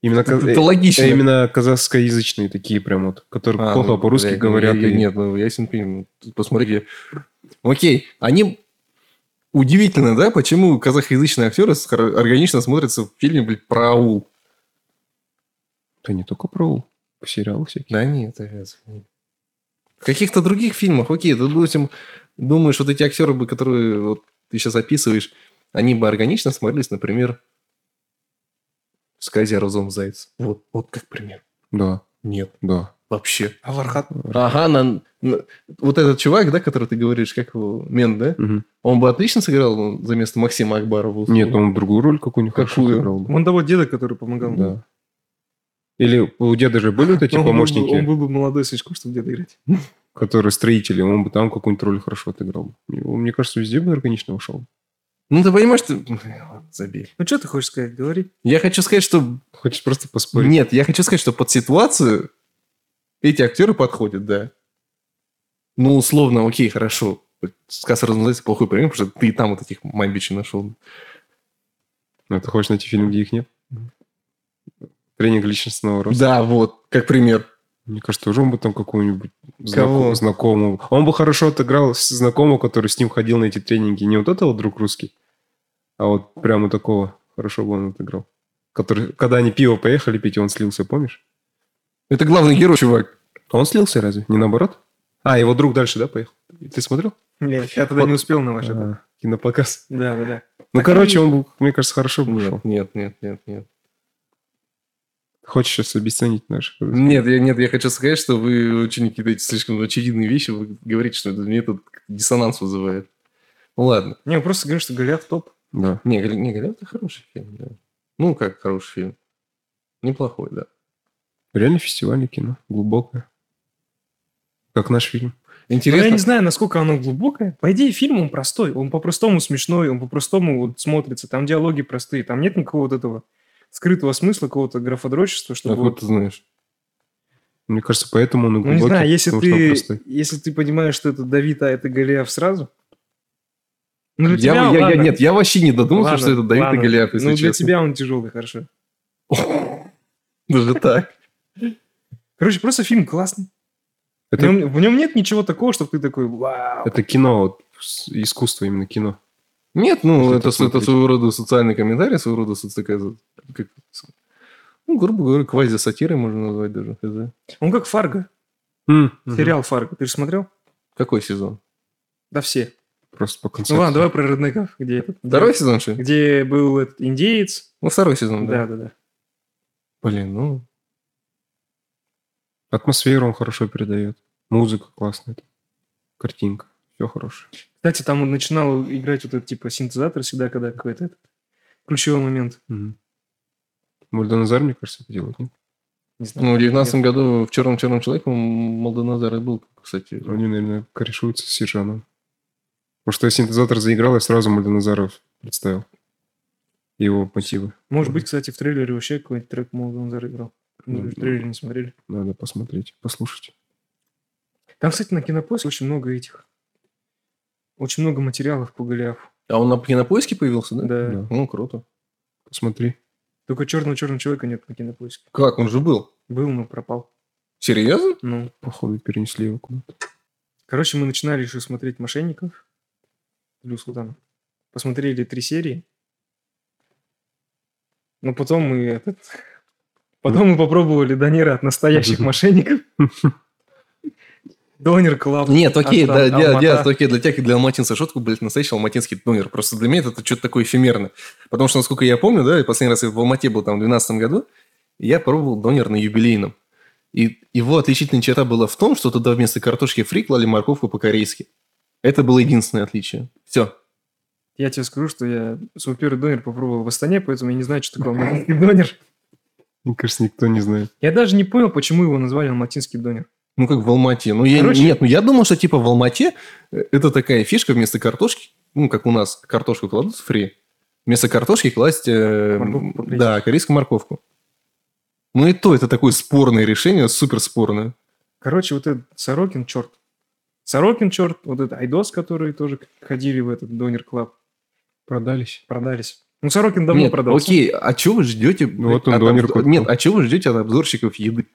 [SPEAKER 3] Именно,
[SPEAKER 2] Это,
[SPEAKER 3] каз-
[SPEAKER 2] это
[SPEAKER 3] э,
[SPEAKER 2] логично.
[SPEAKER 3] э, именно казахскоязычные такие прям вот, которые
[SPEAKER 2] А,
[SPEAKER 3] плохо
[SPEAKER 2] ну,
[SPEAKER 3] по-русски
[SPEAKER 2] я-
[SPEAKER 3] говорят.
[SPEAKER 2] я- я-
[SPEAKER 3] и-
[SPEAKER 2] Нет, ну я ясен понимаю. Посмотри. Окей, они... Удивительно, да, почему казахоязычные актеры с- хоро- органично смотрятся в фильме, блин, про аул.
[SPEAKER 3] Да не только про Ул, по сериалу всякие.
[SPEAKER 2] Да нет, овец, нет. В каких-то других фильмах, окей, ты, допустим, думаешь, вот эти актеры, бы, которые вот, ты сейчас описываешь, они бы органично смотрелись, например, в «Сказе о розовом зайце». Вот, вот как пример.
[SPEAKER 3] Да,
[SPEAKER 2] Нет,
[SPEAKER 3] да.
[SPEAKER 2] вообще.
[SPEAKER 1] А Вархат?
[SPEAKER 2] Ага, на- на- вот этот чувак, да, который ты говоришь, как его, Мен, да?
[SPEAKER 3] Мгм.
[SPEAKER 2] Он бы отлично сыграл ну, за место Максима Акбарова. условно.
[SPEAKER 3] Нет, он другую роль какую-нибудь хорошо
[SPEAKER 2] Какую?
[SPEAKER 3] сыграл бы.
[SPEAKER 1] Вон того деда, который помогал.
[SPEAKER 3] Да. Или у деда же были вот эти
[SPEAKER 1] (laughs) Он был бы-
[SPEAKER 3] помощники?
[SPEAKER 1] Он был бы молодой слишком, чтобы деда играть.
[SPEAKER 3] который строители, он бы там какую-нибудь роль хорошо отыграл. И он, Мне кажется, везде бы органично ушел.
[SPEAKER 2] Ну, ты понимаешь, ты... Ладно, Забей.
[SPEAKER 1] Ну, что ты хочешь сказать? Говори.
[SPEAKER 2] Я хочу сказать, что
[SPEAKER 3] Хочешь просто поспорить?
[SPEAKER 2] Нет, я хочу сказать, что под ситуацию эти актеры подходят, да. Ну, условно, окей, хорошо. Сказ размазается плохой пример, потому что ты и там вот этих мамбичей нашел.
[SPEAKER 3] А ты хочешь найти фильм, где их нет? Тренинг личностного роста.
[SPEAKER 2] Да, вот, как пример.
[SPEAKER 3] Мне кажется, тоже он бы там какого-нибудь
[SPEAKER 2] Кого?
[SPEAKER 3] знако- знакомого. Он бы хорошо отыграл с- знакомого, который с ним ходил на эти тренинги. Не вот этого друг русский, а вот прямо такого хорошо бы он отыграл. Который, когда они пиво поехали пить, и он слился, помнишь?
[SPEAKER 2] Это главный герой, чувак.
[SPEAKER 3] А Он слился разве? Не наоборот? А, его друг дальше, да, поехал? Ты смотрел?
[SPEAKER 1] Я тогда не успел на ваш этот.
[SPEAKER 3] А, кинопоказ.
[SPEAKER 1] Да, да, да.
[SPEAKER 3] Ну,
[SPEAKER 1] Так
[SPEAKER 3] короче, он, был, мне кажется, хорошо бы ушел.
[SPEAKER 2] Нет, нет, нет, нет, нет.
[SPEAKER 3] Хочешь сейчас обесценить наших?
[SPEAKER 2] Нет, я, нет, я хочу сказать, что вы очень кидаете слишком очевидные вещи. Вы говорите, что это мне тут диссонанс вызывает. Ну, ладно.
[SPEAKER 1] Не, я просто говорю, что Голиаф топ.
[SPEAKER 3] Да.
[SPEAKER 2] Не, «Гол- не, «Голиаф» это хороший фильм, да. Ну, как хороший фильм. Неплохой, да.
[SPEAKER 3] Реально фестивальное кино. Глубокое. Как наш фильм.
[SPEAKER 1] Но Ну, я
[SPEAKER 2] Интересно.
[SPEAKER 1] не знаю, насколько оно глубокое. По идее, фильм он простой. Он по-простому смешной, он по-простому вот смотрится. Там диалоги простые, там нет никакого вот этого скрытого смысла, какого-то графодрочества, чтобы...
[SPEAKER 2] Откуда
[SPEAKER 1] вот-
[SPEAKER 2] ты знаешь?
[SPEAKER 3] Мне кажется, поэтому он и
[SPEAKER 1] Ну,
[SPEAKER 3] глубокий.
[SPEAKER 1] не знаю, если
[SPEAKER 3] потому что он
[SPEAKER 1] ты,
[SPEAKER 3] простой.
[SPEAKER 1] если ты понимаешь, что это Давид, а это Голиаф сразу... Ну, для
[SPEAKER 2] Я-
[SPEAKER 1] тебя,
[SPEAKER 2] я- я-
[SPEAKER 1] ладно.
[SPEAKER 2] Нет, я вообще не додумался,
[SPEAKER 1] Ладно,
[SPEAKER 2] что это Давид
[SPEAKER 1] ладно.
[SPEAKER 2] и Голиаф, если
[SPEAKER 1] Ну, для
[SPEAKER 2] честно.
[SPEAKER 1] тебя он тяжелый, хорошо.
[SPEAKER 2] (laughs) Даже так.
[SPEAKER 1] Короче, просто фильм классный.
[SPEAKER 3] Это-
[SPEAKER 1] В, нем, в нем нет ничего такого, чтобы ты такой, вау.
[SPEAKER 3] Это кино, вот, с- искусство именно кино.
[SPEAKER 2] Нет, ну,
[SPEAKER 3] Если
[SPEAKER 2] это,
[SPEAKER 3] так
[SPEAKER 2] с- это
[SPEAKER 3] смотреть.
[SPEAKER 2] своего рода социальный комментарий, своего рода соци- такая, за- как- с- ну, грубо говоря, квази-сатирой можно назвать даже. хз.
[SPEAKER 1] Он как Фарго.
[SPEAKER 3] М, мгм.
[SPEAKER 1] Сериал Фарго. Ты же смотрел?
[SPEAKER 2] Какой сезон?
[SPEAKER 1] Да все.
[SPEAKER 3] Просто по
[SPEAKER 1] Ну
[SPEAKER 3] концепции.
[SPEAKER 1] ладно, давай про родников. Где этот?
[SPEAKER 2] Второй сезон, что ли?
[SPEAKER 1] Где был этот индеец.
[SPEAKER 2] Ну, второй сезон, да.
[SPEAKER 1] Да, да, да.
[SPEAKER 2] Блин, ну,
[SPEAKER 3] Атмосферу он хорошо передает. Музыка классная. там, Картинка. Все хорошее.
[SPEAKER 1] Кстати, там он начинал играть вот этот типа синтезатор всегда, когда какой-то этот ключевой момент.
[SPEAKER 3] Мгм. Мульдоназар, мне кажется, это делает, нет?
[SPEAKER 1] Не знаю.
[SPEAKER 2] ну в девятнадцатом году в «Черном-черном человеке» Молдоназар и был, кстати.
[SPEAKER 3] Они, наверное, корешуются с Сержаном. Потому что я синтезатор заиграл, я сразу Мульдоназаров представил. Его мотивы.
[SPEAKER 1] Может быть, кстати, в трейлере вообще какой-нибудь трек Молдонзар играл. Мы
[SPEAKER 3] Ну,
[SPEAKER 1] в трейлере не смотрели.
[SPEAKER 3] Надо посмотреть, послушать.
[SPEAKER 1] Там, кстати, на Кинопоиске очень много этих. Очень много материалов по Голиафу.
[SPEAKER 2] А он на кинопоиске появился, да?
[SPEAKER 1] Да.
[SPEAKER 3] Да.
[SPEAKER 2] Ну, круто.
[SPEAKER 3] Посмотри.
[SPEAKER 1] Только черного-черного человека нет на Кинопоиске.
[SPEAKER 2] Как, он же был?
[SPEAKER 1] Был, но пропал.
[SPEAKER 2] Серьезно?
[SPEAKER 1] Ну,
[SPEAKER 3] Походу, перенесли его куда-то.
[SPEAKER 1] Короче, мы начинали еще смотреть «Мошенников» Илью Султана. Посмотрели три серии. Но потом мы этот... (laughs) Потом мы попробовали Донера от настоящих мошенников. Донер Клаб.
[SPEAKER 2] Нет, окей,
[SPEAKER 1] Астан,
[SPEAKER 2] да, для,
[SPEAKER 1] Алмата.
[SPEAKER 2] для, окей, для тебя, как для алматинца шутку, блядь, настоящий алматинский донер. Просто для меня это, что-то такое эфемерное. Потому что, насколько я помню, да, и последний раз я в Алмате был там в 2012 году, я пробовал донер на юбилейном. И его отличительная черта была в том, что туда вместо картошки фри клали морковку по-корейски. Это было единственное отличие. Все.
[SPEAKER 1] Я тебе скажу, что я свой первый донер попробовал в Астане, поэтому я не знаю, что такое алматинский донер.
[SPEAKER 3] Мне кажется, никто не знает.
[SPEAKER 1] Я даже не понял, почему его назвали алматинский донер.
[SPEAKER 2] Ну, как в Алмате. Ну, я,
[SPEAKER 1] Короче-
[SPEAKER 2] нет, ну, я думал, что, типа, в Алмате э, это такая фишка вместо картошки, ну, как у нас картошку кладут фри, вместо картошки класть, э,
[SPEAKER 1] Морковку по-корейски.
[SPEAKER 2] да, корейскую морковку. Ну, и то это такое спорное решение, супер спорное.
[SPEAKER 1] Короче, вот этот Сорокин черт. Сорокин черт, вот этот Айдос, которые тоже ходили в этот донер клаб.
[SPEAKER 3] Продались.
[SPEAKER 1] Продались. Ну, Сорокин давно
[SPEAKER 2] Нет,
[SPEAKER 1] продался.
[SPEAKER 2] окей, а чего вы ждете?
[SPEAKER 3] Ну, вот он
[SPEAKER 2] от
[SPEAKER 3] донер
[SPEAKER 2] обзор-
[SPEAKER 3] купил.
[SPEAKER 2] Нет, а чего вы ждете от обзорщиков еды?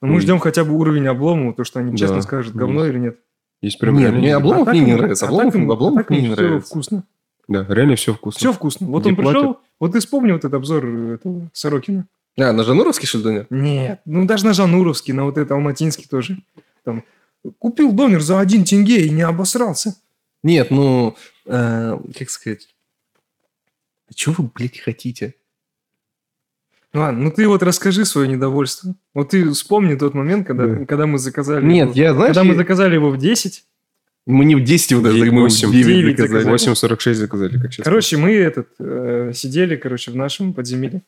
[SPEAKER 1] Но мы
[SPEAKER 3] Ой.
[SPEAKER 1] ждем хотя бы уровень облома, то, что они честно
[SPEAKER 3] Да,
[SPEAKER 1] скажут, говно или нет.
[SPEAKER 3] Есть прям
[SPEAKER 2] Нет,
[SPEAKER 3] реально-
[SPEAKER 2] мне Обломов
[SPEAKER 1] так
[SPEAKER 2] мне не
[SPEAKER 1] им-
[SPEAKER 2] нравится,
[SPEAKER 1] а
[SPEAKER 2] Обломов-
[SPEAKER 1] так им-
[SPEAKER 2] Обломов
[SPEAKER 1] а так им
[SPEAKER 2] мне не
[SPEAKER 1] всё
[SPEAKER 2] нравится.
[SPEAKER 1] вкусно.
[SPEAKER 3] Да, реально все вкусно.
[SPEAKER 1] Все вкусно. Вот он
[SPEAKER 3] Где
[SPEAKER 1] пришел,
[SPEAKER 3] платят.
[SPEAKER 1] вот ты вспомни вот этот обзор э, этого Сорокина.
[SPEAKER 2] А, на Жануровский, что ли, донер?
[SPEAKER 1] Нет, ну даже на Жануровский, на вот этот Алматинский тоже. Там, купил донер за один тенге и не обосрался.
[SPEAKER 2] Нет, ну, э, как сказать... А чего вы, блядь, хотите?
[SPEAKER 1] Ну ладно, ну ты вот расскажи свое недовольство. Вот ты вспомни тот момент, когда,
[SPEAKER 3] Да.
[SPEAKER 1] когда мы заказали
[SPEAKER 2] Нет,
[SPEAKER 1] его,
[SPEAKER 2] я, знаешь...
[SPEAKER 1] когда мы
[SPEAKER 2] я-
[SPEAKER 1] заказали его в 10,
[SPEAKER 2] Мы не в 10 его даже,
[SPEAKER 3] Девять,
[SPEAKER 2] мы в
[SPEAKER 3] восемь.
[SPEAKER 2] 9
[SPEAKER 1] Девять
[SPEAKER 2] доказали.
[SPEAKER 1] заказали.
[SPEAKER 3] 8.46 заказали, как сейчас.
[SPEAKER 1] короче, мы этот э, сидели, короче, в нашем подземелье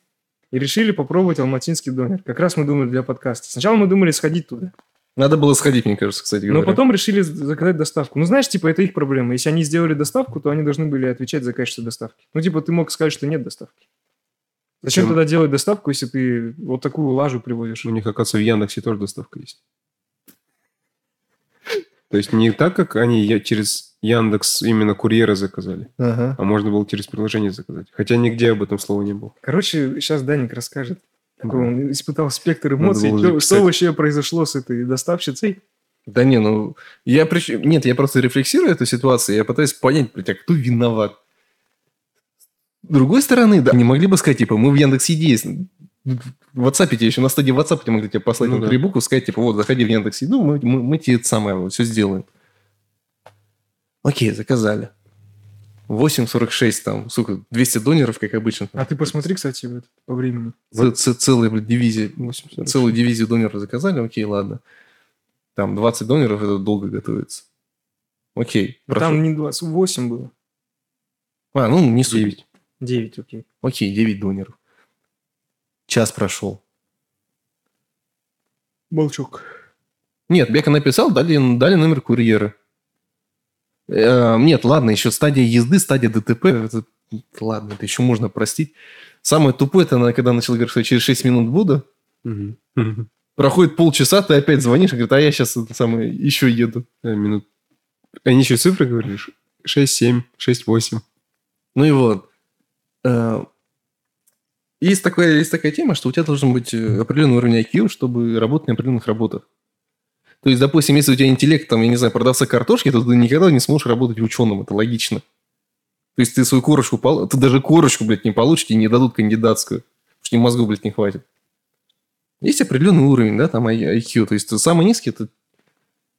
[SPEAKER 1] и решили попробовать алматинский донер. Как раз мы думали для подкаста. Сначала мы думали сходить туда.
[SPEAKER 2] Надо было сходить, мне кажется, кстати
[SPEAKER 1] Но
[SPEAKER 2] говоря.
[SPEAKER 1] Ну, потом решили заказать доставку. Ну, знаешь, типа, это их проблема. Если они сделали доставку, то они должны были отвечать за качество доставки. Ну, типа, ты мог сказать, что нет доставки. Зачем
[SPEAKER 3] Чем?
[SPEAKER 1] тогда делать доставку, если ты вот такую лажу привозишь?
[SPEAKER 3] У них, оказывается, в Яндексе тоже доставка есть. То есть не так, как они я- через Яндекс именно курьера заказали,
[SPEAKER 2] Ага.
[SPEAKER 3] а можно было через приложение заказать. Хотя нигде об этом слова не было.
[SPEAKER 1] Короче, сейчас Даник расскажет. Какой
[SPEAKER 3] Да.
[SPEAKER 1] он испытал спектр
[SPEAKER 3] Надо
[SPEAKER 1] эмоций.
[SPEAKER 3] было
[SPEAKER 1] Чё- Что,
[SPEAKER 3] записать.
[SPEAKER 1] вообще произошло с этой доставщицей?
[SPEAKER 2] Да не, ну... Я прич... Нет, я просто рефлексирую эту ситуацию, я пытаюсь понять, блядь, а кто виноват? С другой стороны, да, не могли бы сказать, типа, мы в Яндекс.Еде есть. В WhatsApp тебе еще на стадии WhatsApp тебе могли тебе послать
[SPEAKER 3] Ну
[SPEAKER 2] ну,
[SPEAKER 3] да.
[SPEAKER 2] три буквы, сказать, типа, вот, заходи в Яндекс.Еду, мы, мы, мы тебе это самое вот, все сделаем. Окей, заказали. 8.46 там, сука, 200 донеров, как обычно.
[SPEAKER 1] А ты посмотри, кстати, в этот- по времени.
[SPEAKER 2] Ц- ц- Целая, блядь, дивизия
[SPEAKER 3] 8.46.
[SPEAKER 2] целую дивизию донеров заказали, окей, ладно. Там 20
[SPEAKER 1] Ну,
[SPEAKER 2] донеров, это долго готовится. Окей, прошу.
[SPEAKER 1] Там не 28 было.
[SPEAKER 2] А, ну, не суть.
[SPEAKER 3] Девять.
[SPEAKER 1] Девять, окей.
[SPEAKER 2] Окей, 9 донеров. Час прошел.
[SPEAKER 1] Молчок.
[SPEAKER 2] Нет, Бека написал, дали, дали номер курьера. Э, нет, ладно, еще стадия езды, стадия ДТП. это- ладно, это еще можно простить. Самое тупое, это она, когда начала говорить, что я через 6 минут буду.
[SPEAKER 3] Мгм. Мгм.
[SPEAKER 2] Проходит полчаса, ты опять звонишь и говорит, а я сейчас самое, еще еду.
[SPEAKER 3] Э, Минут. А Они еще цифры говорили? Ш- Шесть, семь, шесть, восемь.
[SPEAKER 2] Ну и вот. Э, Есть такая, есть такая тема, что у тебя должен быть э, определенный уровень IQ, чтобы работать на определенных работах. То есть, допустим, если у тебя интеллект, там, я не знаю, продавца картошки, то ты никогда не сможешь работать ученым, это логично. То есть ты свою корочку, пол- ты даже корочку, блядь, не получишь, тебе не дадут кандидатскую, потому что им мозгов, блядь, не хватит. Есть определенный уровень, да, там I- IQ, то есть самый низкий это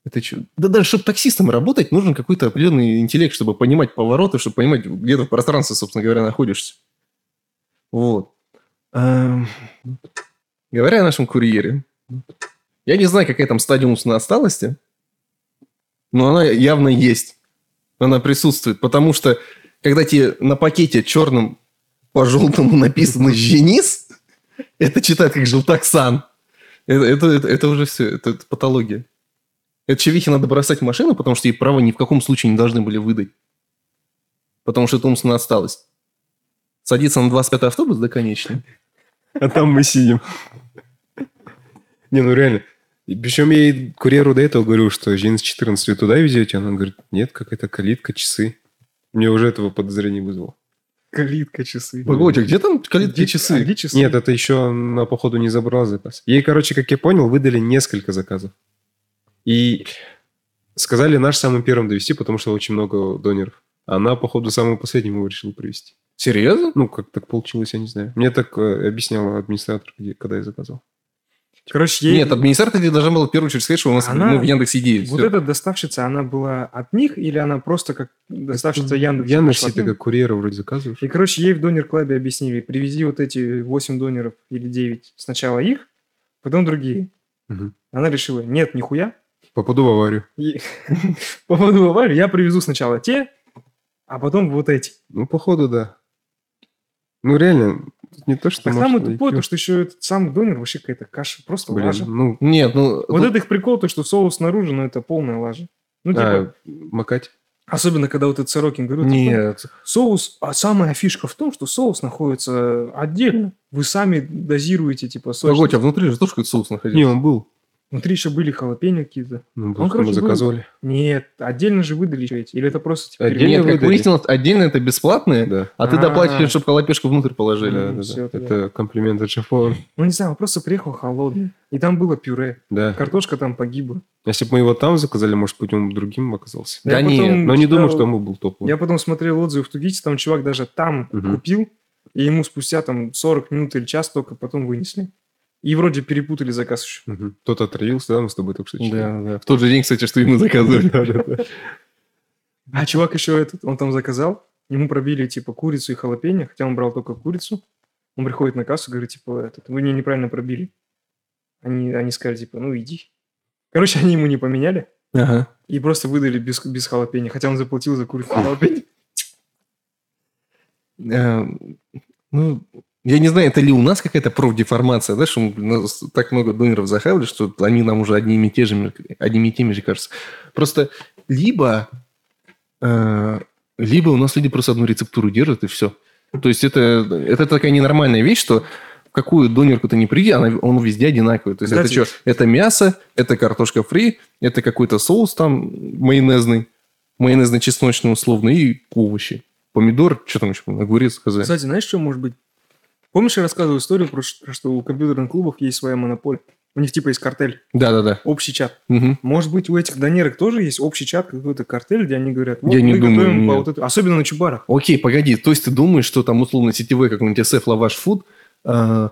[SPEAKER 2] это чё? Да даже чтобы таксистом работать, нужен какой-то определенный интеллект, чтобы понимать повороты, чтобы понимать, где ты в пространстве, собственно говоря, находишься. Вот. Эм, Говоря о нашем курьере, я не знаю, какая там стадия умственной отсталости, но она явно есть. Она присутствует, потому что когда тебе на пакете черным по желтому написано «Женис», это читают как «Желтоксан». Это, это, это- это уже все, это, это патология. Это Чевихе надо бросать в машину, потому что ей право ни в каком случае не должны были выдать. Потому что это умственно осталось. Садиться на 25-й автобус, да, конечно.
[SPEAKER 3] А там мы сидим. Не, ну реально. И Причем я и курьеру до этого говорил, что Жин с 14 вы туда везете? Она говорит, нет, какая-то калитка, часы. Мне уже этого подозрение вызвало.
[SPEAKER 1] Калитка, часы.
[SPEAKER 2] Погоди, а где там калитки
[SPEAKER 1] Где-
[SPEAKER 2] часы?
[SPEAKER 1] а где часы?
[SPEAKER 3] Нет, это еще она, походу, не забрала заказ. Ей, короче, как я понял, выдали несколько заказов. И сказали наш самым первым довести, потому что очень много донеров. Она, походу, самым последним его решила привезти.
[SPEAKER 2] Серьезно?
[SPEAKER 3] Ну, как так получилось, я не знаю. Мне так э, объясняла администратор, где- когда я заказал.
[SPEAKER 1] Короче, ей...
[SPEAKER 2] Нет, администратор тебе должна была в первую очередь сказать, что у нас
[SPEAKER 1] Она-
[SPEAKER 2] мы в Яндекс идеи.
[SPEAKER 1] Вот эта доставщица, она была от них или она просто как доставщица Яндекс?
[SPEAKER 3] Я на себе как курьера вроде заказываешь.
[SPEAKER 1] И, короче, ей в Донер Клабе объяснили, привези вот эти 8 донеров или 9, сначала их, потом другие.
[SPEAKER 3] Мгм.
[SPEAKER 1] Она решила, нет, нихуя,
[SPEAKER 3] Попаду в аварию.
[SPEAKER 1] И (laughs) попаду в аварию, я привезу сначала те, а потом вот эти.
[SPEAKER 3] Ну, походу, да. Ну, реально, тут не то, что...
[SPEAKER 1] Так
[SPEAKER 3] может,
[SPEAKER 1] самое
[SPEAKER 3] IQ.
[SPEAKER 1] тупое, то, что еще этот сам донер вообще какая-то каша, просто
[SPEAKER 3] Блин,
[SPEAKER 1] лажа.
[SPEAKER 3] ну,
[SPEAKER 2] Нет, ну...
[SPEAKER 1] Вот
[SPEAKER 2] тут-
[SPEAKER 1] это их прикол, то, что соус снаружи, но это полная лажа. Ну, типа,
[SPEAKER 3] а, макать.
[SPEAKER 1] особенно, когда вот типа этот Сорокин говорит,
[SPEAKER 2] Нет.
[SPEAKER 1] соус, а самая фишка в том, что соус находится отдельно. Вы сами дозируете, типа, соус.
[SPEAKER 2] Погоди, а внутри же тоже какой-то соус
[SPEAKER 3] Не,
[SPEAKER 2] находился.
[SPEAKER 3] он был.
[SPEAKER 1] Внутри еще были халапеньо какие-то.
[SPEAKER 3] Ну,
[SPEAKER 1] Он,
[SPEAKER 3] потому что
[SPEAKER 1] короче,
[SPEAKER 3] мы
[SPEAKER 1] был.
[SPEAKER 3] заказывали.
[SPEAKER 1] Нет, отдельно же выдали еще эти. Или это просто типа теперь...
[SPEAKER 3] Отдельно
[SPEAKER 2] Нет, как
[SPEAKER 3] выдали.
[SPEAKER 2] выяснилось, отдельно это бесплатное,
[SPEAKER 3] Да.
[SPEAKER 2] а ты
[SPEAKER 1] А.
[SPEAKER 2] доплачиваешь, чтобы колопешку внутрь
[SPEAKER 3] Да,
[SPEAKER 2] положили.
[SPEAKER 3] да,
[SPEAKER 1] Ну,
[SPEAKER 3] да.
[SPEAKER 1] всё, это
[SPEAKER 3] Это комплимент от шефа.
[SPEAKER 1] Ну, не знаю, он просто приехал холодный. И там было пюре.
[SPEAKER 3] Да.
[SPEAKER 1] Картошка там погибла.
[SPEAKER 3] Если бы мы его там заказали, может быть, он другим оказался.
[SPEAKER 2] Да
[SPEAKER 1] Я
[SPEAKER 2] не,
[SPEAKER 1] потом
[SPEAKER 3] Но не думаю,
[SPEAKER 1] читал-
[SPEAKER 3] что он был топовым.
[SPEAKER 1] Я потом смотрел отзывы в Тугите, там чувак даже там
[SPEAKER 3] Мгм.
[SPEAKER 1] купил, и ему спустя там 40 минут или час только потом вынесли. И вроде перепутали заказ еще.
[SPEAKER 3] Мгм. Тот отравился, да, мы с тобой только что читали.
[SPEAKER 2] Да, да. В тот же день, кстати, что и мы заказывали.
[SPEAKER 3] Да-да-да.
[SPEAKER 1] А чувак еще этот, он там заказал, ему пробили типа курицу и халапеньо, хотя он брал только курицу. Он приходит на кассу, говорит, типа, этот, вы меня неправильно пробили. Они, они сказали, типа, ну иди. Короче, (laughs) они ему не поменяли
[SPEAKER 2] Ага.
[SPEAKER 1] и просто выдали без, без халапеньо, хотя он заплатил за
[SPEAKER 2] (laughs)
[SPEAKER 1] курицу и халапеньо.
[SPEAKER 2] Э, Ну, я не знаю, это ли у нас какая-то профдеформация, да, что мы, блин, нас так много доноров захавали, что они нам уже одними и, те же, одними и теми же кажутся. Просто либо, э, либо у нас люди просто одну рецептуру держат, и все. То есть это, это такая ненормальная вещь, что в какую донерку ты не приди, она, он везде одинаковый. То есть
[SPEAKER 1] Да,
[SPEAKER 2] это
[SPEAKER 1] типа.
[SPEAKER 2] что? Это мясо, это картошка фри, это какой-то соус там майонезный, майонезно-чесночный условно, и овощи. Помидор, что там еще, огурец, хз.
[SPEAKER 1] Кстати, знаешь, что может быть? Помнишь, я рассказывал историю про ш- про что у компьютерных клубов есть своя монополия? У них типа есть картель,
[SPEAKER 2] Да-да-да.
[SPEAKER 1] общий чат.
[SPEAKER 2] Мгм.
[SPEAKER 1] Может быть, у этих донерок тоже есть общий чат, какой-то картель, где они говорят, вот
[SPEAKER 2] Я не
[SPEAKER 1] мы
[SPEAKER 2] думаю,
[SPEAKER 1] готовим по
[SPEAKER 2] нет.
[SPEAKER 1] вот этому». Особенно на чубарах.
[SPEAKER 2] Окей, погоди, то есть ты думаешь, что там условно сетевой какой-нибудь SF Лаваш Фуд, э,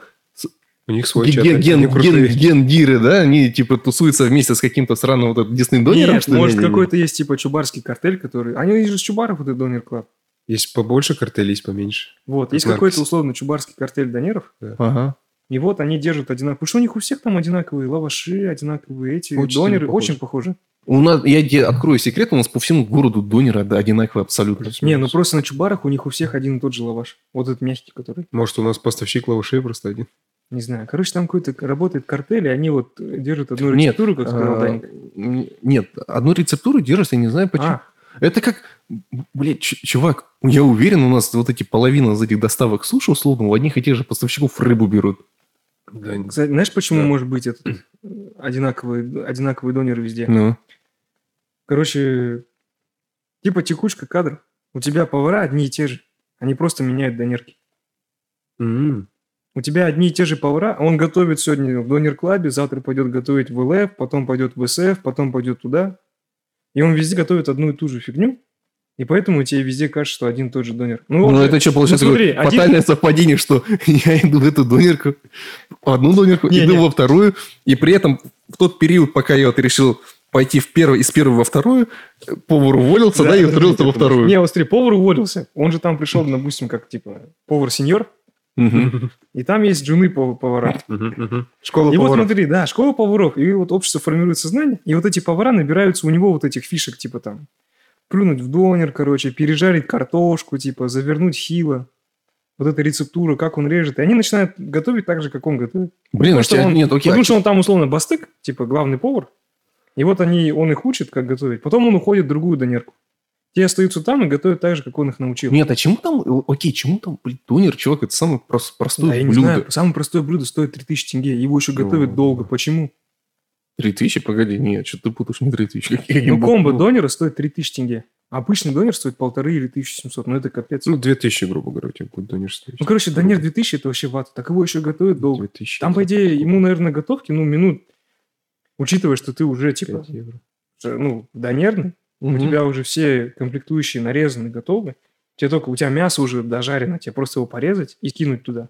[SPEAKER 3] У них свой чат.
[SPEAKER 2] ген-
[SPEAKER 3] они
[SPEAKER 2] ген- ген-
[SPEAKER 3] крутые.
[SPEAKER 2] гендиры, да, они типа тусуются вместе с каким-то сраным вот Дисней Донером,
[SPEAKER 1] Нет,
[SPEAKER 2] что ли?
[SPEAKER 1] может,
[SPEAKER 2] Не-не-не.
[SPEAKER 1] какой-то есть типа чубарский картель, который... Они же с чубаров, вот этот донер клаб.
[SPEAKER 3] Есть побольше картелей, есть поменьше.
[SPEAKER 1] Вот, есть
[SPEAKER 3] Маркс.
[SPEAKER 1] какой-то условно чубарский картель донеров,
[SPEAKER 2] Ага.
[SPEAKER 1] и вот они держат одинаковые... Потому что у них у всех там одинаковые лаваши, одинаковые эти
[SPEAKER 3] Очень
[SPEAKER 1] донеры,
[SPEAKER 3] похоже.
[SPEAKER 1] очень похожи.
[SPEAKER 2] У нас, я тебе открою секрет, у нас по всему городу донеры од- одинаковые абсолютно.
[SPEAKER 1] Не, ну просто на Чубарах у них у всех один и тот же лаваш. Вот этот мягкий, который.
[SPEAKER 3] Может, у нас поставщик лавашей просто один?
[SPEAKER 1] Не знаю. Короче, там какой-то к- работает картель, и они вот э, держат одну
[SPEAKER 2] Нет,
[SPEAKER 1] рецептуру, как сказал
[SPEAKER 2] А,
[SPEAKER 1] Даник.
[SPEAKER 2] м, Нет, одну рецептуру держишь, я не знаю почему.
[SPEAKER 1] А,
[SPEAKER 2] Это как, блядь, ч- чувак, я уверен, у нас вот эти половина из этих доставок суши, условно, у одних и тех же поставщиков рыбу берут.
[SPEAKER 3] Да, не-
[SPEAKER 1] кстати, знаешь, почему
[SPEAKER 3] Да.
[SPEAKER 1] может быть этот э, одинаковый, одинаковый донер везде?
[SPEAKER 2] Ну,
[SPEAKER 1] Короче, типа текучка кадров. У тебя повара одни и те же. Они просто меняют донерки.
[SPEAKER 2] Ну.
[SPEAKER 3] М.
[SPEAKER 1] У тебя одни и те же повара. Он готовит сегодня в донер-клабе, завтра пойдет готовить в ЛФ, потом пойдет в СФ, потом пойдет туда. И он везде готовит одну и ту же фигню. И поэтому тебе везде кажется, что один и тот же донер. Ну,
[SPEAKER 2] Ну,
[SPEAKER 1] вот
[SPEAKER 2] это что, получается,
[SPEAKER 1] ну, смотри,
[SPEAKER 2] такое фатальное совпадение, что (laughs) я иду в эту донерку, в одну донерку,
[SPEAKER 1] Не,
[SPEAKER 2] иду
[SPEAKER 1] не.
[SPEAKER 2] во вторую, и при этом в тот период, пока я вот решил пойти в первую, из первой во вторую, э, повар уволился, да, и устроился во вторую.
[SPEAKER 1] Не, вот смотри, повар уволился. Он же там пришел, допустим, как, типа, повар-сеньор.
[SPEAKER 2] Мгм.
[SPEAKER 1] И там есть джуны пов- повара.
[SPEAKER 3] Мгм, мгм. Школа
[SPEAKER 1] И вот
[SPEAKER 3] поваров.
[SPEAKER 1] смотри, да, школа поваров. И вот общество формирует сознание. И вот эти повара набираются у него вот этих фишек, типа, там, плюнуть в донер, короче, пережарить картошку, типа, завернуть хило. Вот эта рецептура, как он режет. И они начинают готовить так же, как он готовит.
[SPEAKER 2] Блин,
[SPEAKER 1] Потому
[SPEAKER 2] а
[SPEAKER 1] что
[SPEAKER 2] тебя-
[SPEAKER 1] он-
[SPEAKER 2] нет, окей, а
[SPEAKER 1] Потому что он там, условно, бастык, типа, главный повар. И вот они, он их учит, как готовить. Потом он уходит в другую донерку. Те остаются там и готовят так же, как он их научил.
[SPEAKER 2] Нет, а чему там, э, окей, чему там, блин, донер, чувак, это самое прос-
[SPEAKER 1] Да, А я
[SPEAKER 2] простое
[SPEAKER 1] не
[SPEAKER 2] Ну, блюдо.
[SPEAKER 1] знаю, самое простое блюдо стоит 3000 тенге, его еще готовят
[SPEAKER 3] Ну.
[SPEAKER 1] долго. Почему?
[SPEAKER 2] Три тысячи, погоди, нет, что ты путаешь, не три тысячи. какие-
[SPEAKER 1] (laughs) Ну,
[SPEAKER 2] какие
[SPEAKER 1] комбо
[SPEAKER 2] бу-
[SPEAKER 1] донера стоит 3000 тенге. Обычный донер стоит полторы или 1700, ну это капец.
[SPEAKER 3] Ну,
[SPEAKER 1] Ну,
[SPEAKER 3] 2000, грубо говоря, у тебя будет донер стоить.
[SPEAKER 1] короче, донер 2000 это вообще вата, так его еще готовят долго.
[SPEAKER 3] 2000.
[SPEAKER 1] Там, по идее, ему, наверное, готовки, ну, минут, учитывая, что ты уже, типа,
[SPEAKER 3] 5 евро.
[SPEAKER 1] уже, ну, донерный, у
[SPEAKER 2] Мгм.
[SPEAKER 1] тебя уже все комплектующие нарезаны, готовы, тебе только, у тебя мясо уже дожарено, тебе просто его порезать и кинуть туда.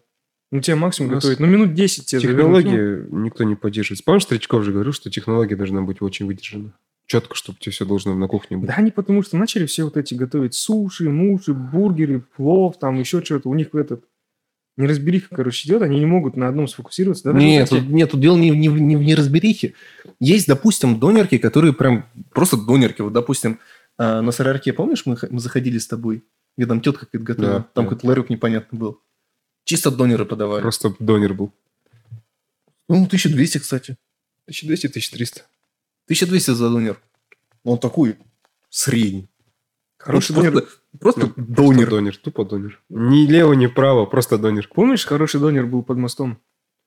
[SPEAKER 1] Ну, тебе максимум
[SPEAKER 3] У нас
[SPEAKER 1] готовить, ну, минут 10 тебе завернуть, ну,
[SPEAKER 3] Технологии никто не поддерживает. Помнишь, Стричков же говорил, что технология должна быть очень выдержана. Четко, чтобы тебе все должно на кухне быть.
[SPEAKER 1] Да они потому что начали все вот эти готовить суши, муши, бургеры, плов, там еще что-то. У них в этот неразбериха, короче, идет, они не могут на одном сфокусироваться. Да, даже
[SPEAKER 2] Нет,
[SPEAKER 1] вот
[SPEAKER 2] тут,
[SPEAKER 1] эти-
[SPEAKER 2] нет, тут дело не, в- не, в- не в неразберихе. Есть, допустим, донерки, которые прям просто донерки. Вот, допустим, а, на сарарке, помнишь, мы, х- мы заходили с тобой, где там тетка какая-то готовила,
[SPEAKER 3] Да,
[SPEAKER 2] там
[SPEAKER 3] да.
[SPEAKER 2] какой-то ларек непонятный был. Чисто донеры подавали.
[SPEAKER 3] Просто донер был.
[SPEAKER 2] Ну, 1200, кстати.
[SPEAKER 3] 1200-1300.
[SPEAKER 2] 1200 за донер. Ну, Он такой средний.
[SPEAKER 1] хороший
[SPEAKER 2] Вот
[SPEAKER 1] донер.
[SPEAKER 2] просто, просто
[SPEAKER 3] Ну,
[SPEAKER 2] донер.
[SPEAKER 3] Донер, тупо донер. Ни лево, ни право, просто донер.
[SPEAKER 1] Помнишь, хороший донер был под мостом,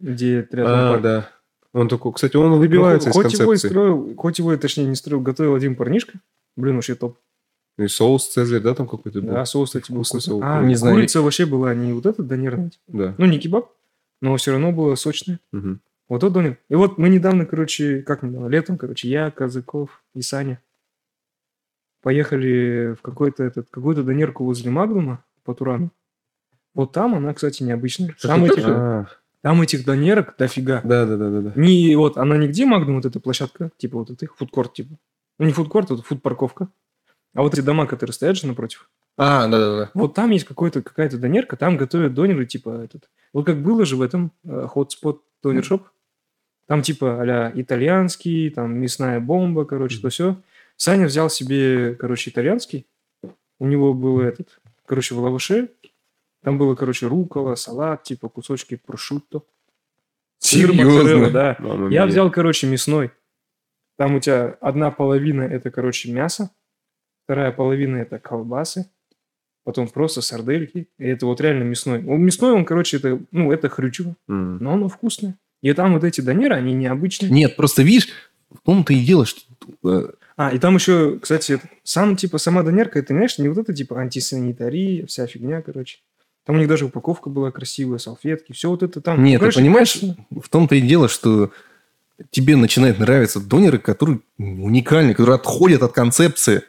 [SPEAKER 1] где рядом
[SPEAKER 3] А,
[SPEAKER 1] парк?
[SPEAKER 3] да. Он такой, кстати, он
[SPEAKER 1] Ну,
[SPEAKER 3] выбивается из
[SPEAKER 1] хоть его и
[SPEAKER 3] концепции.
[SPEAKER 1] строил, хоть его, и, точнее, не строил, готовил один парнишка. Блин, вообще топ.
[SPEAKER 3] И соус Цезарь, да, там какой-то был?
[SPEAKER 1] Да, соус, кстати, был
[SPEAKER 3] Вкусный
[SPEAKER 1] вкусный.
[SPEAKER 3] соус.
[SPEAKER 1] А,
[SPEAKER 2] Не знаю.
[SPEAKER 1] курица вообще была не вот этот донерный. типа.
[SPEAKER 3] Да.
[SPEAKER 1] Ну, не кебаб, но все равно было сочное.
[SPEAKER 3] Мгм.
[SPEAKER 1] Вот тот домик. И вот мы недавно, короче, как недавно, летом, короче, я, Казаков и Саня поехали в какой-то этот, какую-то донерку возле Магнума по Турану. Вот там она, кстати, необычная. Там
[SPEAKER 2] Шашлык
[SPEAKER 1] этих,
[SPEAKER 2] тоже?
[SPEAKER 3] А,
[SPEAKER 1] там этих донерок дофига.
[SPEAKER 3] Да, да, да, да, да.
[SPEAKER 1] Не, вот, она нигде Магнум, вот эта площадка, типа вот этих, фудкорт, типа. Ну, не фудкорт, это фудпарковка. А вот эти дома, которые стоят же напротив.
[SPEAKER 2] А, да-да-да.
[SPEAKER 1] Вот там есть какой-то, какая-то донерка, там готовят донеры, типа, этот. Вот как было же в этом э, хотспот донершоп. Там, типа, а итальянский, там, мясная бомба, короче, то все. Саня взял себе, короче, итальянский. У него был этот, короче, в лаваше. Там было, короче, рукола, салат, типа, кусочки прошутто. сыр, моцарелла,
[SPEAKER 2] Серьезно?
[SPEAKER 1] Да.
[SPEAKER 3] Мама
[SPEAKER 1] Я
[SPEAKER 3] мия.
[SPEAKER 1] взял, короче, мясной. Там у тебя одна половина это, короче, мясо, вторая половина это колбасы, потом просто сардельки. И это вот реально мясной. Он мясной, он, короче, это, ну, это хрючево,
[SPEAKER 3] М.
[SPEAKER 1] но оно вкусное. И там вот эти донеры, они необычные.
[SPEAKER 2] Нет, просто видишь, в том-то и дело, что... э,
[SPEAKER 1] А, и там еще, кстати, это- сам, типа, сама донерка, это, знаешь, не вот это, типа, антисанитария, вся фигня, короче. Там у них даже упаковка была красивая, салфетки, все вот это там. Ну,
[SPEAKER 2] Нет,
[SPEAKER 1] Короче,
[SPEAKER 2] ты понимаешь,
[SPEAKER 1] качественно.
[SPEAKER 2] в том-то и дело, что тебе начинают нравиться донеры, которые уникальны, которые отходят от концепции.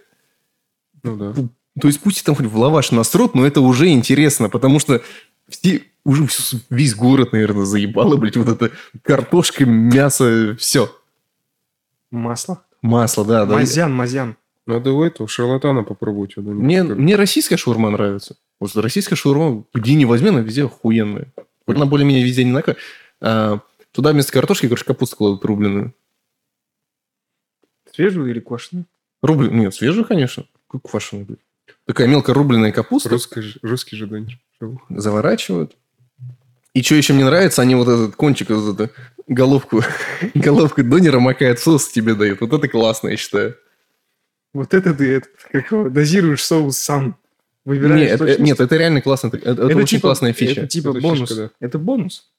[SPEAKER 3] Ну да.
[SPEAKER 2] То есть пусть там хоть в лаваш насрут, но это уже интересно, потому что все- уже всю- весь город, наверное, заебало, блядь, вот это картошка, мясо, все.
[SPEAKER 1] Масло.
[SPEAKER 2] Масло, да, да.
[SPEAKER 1] Мазян, мазян.
[SPEAKER 3] Надо у этого шарлатана попробовать. вот они
[SPEAKER 2] Мне,
[SPEAKER 3] как-
[SPEAKER 2] мне российская шаурма нравится. Потому что российская шаурма, где не возьми, она везде охуенная. Хоть она более-менее везде одинаковая. А, туда вместо картошки, короче, капусту кладут рубленую.
[SPEAKER 1] Свежую или квашеную?
[SPEAKER 2] Рубль, нет, свежую, конечно. Какой квашеный, блядь. Такая мелко рубленная капуста.
[SPEAKER 3] Русский, ж- русский же донер.
[SPEAKER 2] Заворачивают. И что еще мне нравится, они вот этот кончик, вот эту головку, (laughs) головку донера макают в соус тебе дают. Вот это классно, я считаю.
[SPEAKER 1] Вот это ты это, как его, дозируешь соус сам. Выбираешь
[SPEAKER 2] Нет, это,
[SPEAKER 1] точность.
[SPEAKER 2] нет, это реально классно. Это, это очень
[SPEAKER 1] типа-
[SPEAKER 2] классная фича.
[SPEAKER 1] Это типа
[SPEAKER 3] Это фишка,
[SPEAKER 1] бонус.
[SPEAKER 3] да.
[SPEAKER 1] Это бонус.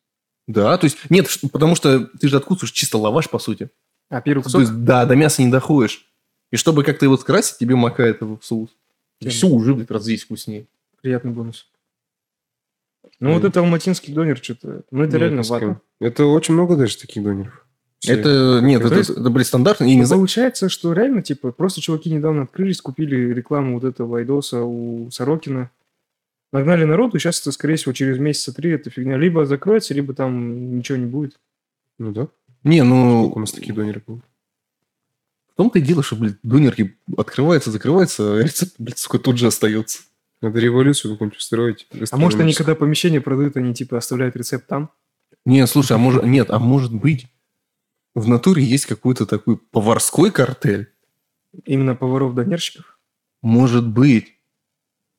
[SPEAKER 2] Да, то есть, нет, ш- потому что ты же откусываешь чисто лаваш, по сути.
[SPEAKER 1] А первый
[SPEAKER 2] То
[SPEAKER 1] кусок...
[SPEAKER 2] есть, да, до мяса не доходишь. И чтобы как-то его скрасить, тебе макает его в соус. И
[SPEAKER 1] Прям.
[SPEAKER 2] все, уже в этот раз здесь вкуснее.
[SPEAKER 1] Приятный бонус. Ну, вот
[SPEAKER 3] Ой.
[SPEAKER 1] это алматинский донер что-то. Ну, это
[SPEAKER 3] Нет,
[SPEAKER 1] реально
[SPEAKER 3] не с кем.
[SPEAKER 1] вата.
[SPEAKER 3] Это очень много даже таких донеров. Все.
[SPEAKER 2] Это, нет,
[SPEAKER 1] Это
[SPEAKER 2] это,
[SPEAKER 1] есть-
[SPEAKER 2] это, были стандартные. Я не
[SPEAKER 1] Ну,
[SPEAKER 2] знаю,
[SPEAKER 1] Получается, что реально, типа, просто чуваки недавно открылись, купили рекламу вот этого лайдоса у Сорокина, нагнали народу, сейчас это, скорее всего, через месяца три эта фигня либо закроется, либо там ничего не будет.
[SPEAKER 3] Ну да.
[SPEAKER 2] не, ну,
[SPEAKER 3] Сколько у нас таких донеров было?
[SPEAKER 2] в том-то и дело, что, блин, донерки открываются, закрываются, а рецепт, блин, сука, тут же остается.
[SPEAKER 3] Надо революцию какую-нибудь устроить.
[SPEAKER 1] А может, они когда помещение продают, они, типа, оставляют рецепт там?
[SPEAKER 2] Не, слушай, а может, нет, а может быть, в натуре есть какой-то такой поварской картель?
[SPEAKER 1] Именно поваров-донерщиков?
[SPEAKER 2] Может быть.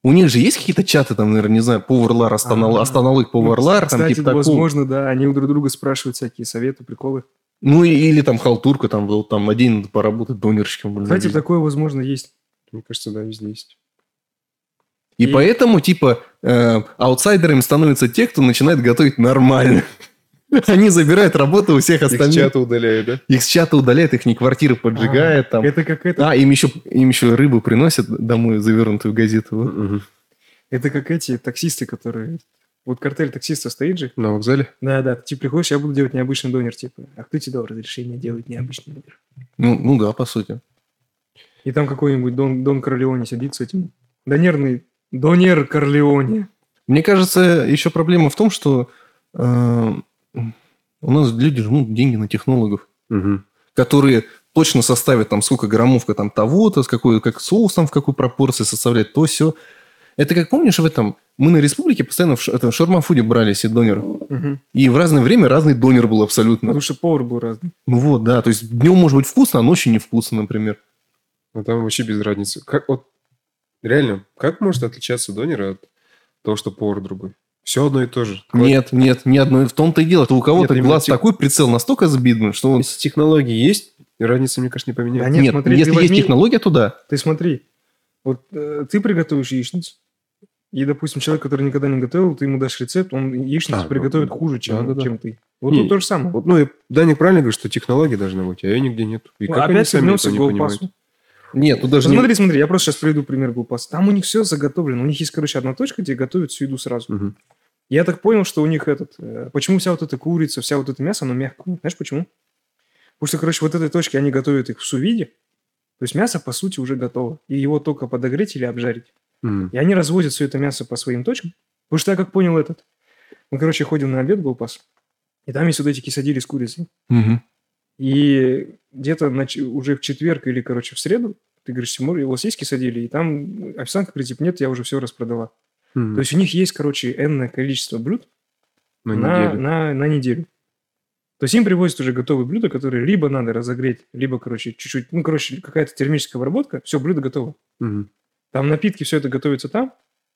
[SPEAKER 2] У них же есть какие-то чаты, там, наверное, не знаю, поварлар,
[SPEAKER 1] А.
[SPEAKER 2] останал, останалык, поварлар, там,
[SPEAKER 1] Ну, Кстати,
[SPEAKER 2] типа такого.
[SPEAKER 1] возможно, да, они у друг друга спрашивают всякие советы, приколы.
[SPEAKER 2] Ну, и- или там халтурка, там, вот, там, один надо поработать донерщиком, блин.
[SPEAKER 1] Кстати, такое, возможно, есть.
[SPEAKER 3] Мне кажется, да, везде есть.
[SPEAKER 2] И,
[SPEAKER 1] и-
[SPEAKER 2] поэтому, типа, э, аутсайдерами становятся те, кто начинает готовить нормально. (laughs) Они забирают работу у всех
[SPEAKER 3] Их
[SPEAKER 2] остальных.
[SPEAKER 3] чаты удаляют, да?
[SPEAKER 2] Их с чата удаляют, их не квартиры поджигают, там.
[SPEAKER 1] Это как это,
[SPEAKER 2] А, им еще, им еще рыбу приносят домой, завернутую в газету.
[SPEAKER 1] это как эти таксисты, которые... Вот картель таксиста стоит же.
[SPEAKER 3] На вокзале.
[SPEAKER 1] Да, да, ты типа приходишь, я буду делать необычный донер, типа. А кто тебе дал разрешение делать необычный донер?
[SPEAKER 2] Ну, ну да, по сути.
[SPEAKER 1] И там какой-нибудь Дон, Дон Корлеоне сидит с этим. Донерный. Донер Корлеоне.
[SPEAKER 2] Мне кажется, еще проблема в том, что э, у нас люди жмут деньги на технологов, которые точно составят там сколько граммовка там того-то, с какой, как соус там в какой пропорции составляет то все. Это как помнишь в этом, мы на республике постоянно в, ш- этом, в шаурма-фуде брали себе донер.
[SPEAKER 1] Мгм.
[SPEAKER 2] И в разное время разный донер был абсолютно.
[SPEAKER 1] Потому что повар был разный.
[SPEAKER 2] Ну вот, да, то есть днем может быть вкусно, а ночью невкусно, например.
[SPEAKER 3] А там вообще без разницы. Как, вот, реально, как может отличаться донер от того, что повар другой? Все одно и то же.
[SPEAKER 1] А
[SPEAKER 2] Нет, нет, ни одной. В том-то и дело, что у кого-то
[SPEAKER 3] Нет, именно
[SPEAKER 2] глаз
[SPEAKER 3] тех-
[SPEAKER 2] такой прицел настолько забитый, что он...
[SPEAKER 3] Если технологии есть, разница, мне кажется, не
[SPEAKER 1] Да
[SPEAKER 3] поменяется.
[SPEAKER 1] нет,
[SPEAKER 2] Нет,
[SPEAKER 1] смотри, ты
[SPEAKER 2] если есть
[SPEAKER 1] возьми-
[SPEAKER 2] технология, то да.
[SPEAKER 1] Ты смотри, вот э, ты приготовишь яичницу, и, допустим, человек, который никогда не готовил, ты ему дашь рецепт, он яичницу
[SPEAKER 3] А, ну,
[SPEAKER 1] приготовит
[SPEAKER 3] да.
[SPEAKER 1] хуже, чем,
[SPEAKER 3] Да-да-да.
[SPEAKER 1] чем ты. Вот
[SPEAKER 3] Не,
[SPEAKER 1] тут то же самое.
[SPEAKER 3] Вот, ну, и Даник правильно говорит, что технологии должна быть, а ее нигде нет. И
[SPEAKER 1] Ну,
[SPEAKER 3] как они
[SPEAKER 1] опять
[SPEAKER 3] сами
[SPEAKER 1] вернемся
[SPEAKER 3] это
[SPEAKER 1] к
[SPEAKER 3] не
[SPEAKER 1] голпасу.
[SPEAKER 3] понимают?
[SPEAKER 2] Нет, тут даже не-
[SPEAKER 1] Смотри, смотри, я просто сейчас приведу пример голпаса. Там у них все заготовлено. У них есть, короче, одна точка, где готовят всю еду сразу.
[SPEAKER 3] Мгм.
[SPEAKER 1] Я так понял, что у них этот... э, Почему вся вот эта курица, вся вот это мясо, оно мягкое? Ну, Знаешь почему? Потому что, короче, вот этой точке они готовят их в сувиде. То есть мясо, по сути, уже готово. И его только подогреть или обжарить.
[SPEAKER 3] Мгм.
[SPEAKER 1] И они развозят все это мясо по своим точкам. Потому что я как понял этот... Мы, короче, ходим на обед в Голпас. И там есть вот эти кисадири с курицей.
[SPEAKER 2] Мгм.
[SPEAKER 1] И где-то нач- уже в четверг или, короче, в среду ты говоришь, Тимур, у вас есть кисадили? И там официантка говорит, типа, нет, я уже все распродала.
[SPEAKER 3] Мгм.
[SPEAKER 1] То есть у них есть, короче, энное количество блюд,
[SPEAKER 3] На
[SPEAKER 1] на,
[SPEAKER 3] неделю.
[SPEAKER 1] на, на неделю. То есть им привозят уже готовые блюда, которые либо надо разогреть, либо, короче, чуть-чуть, ну, короче, какая-то термическая обработка, все, блюдо готово.
[SPEAKER 3] Мгм.
[SPEAKER 1] Там напитки, все это готовится там,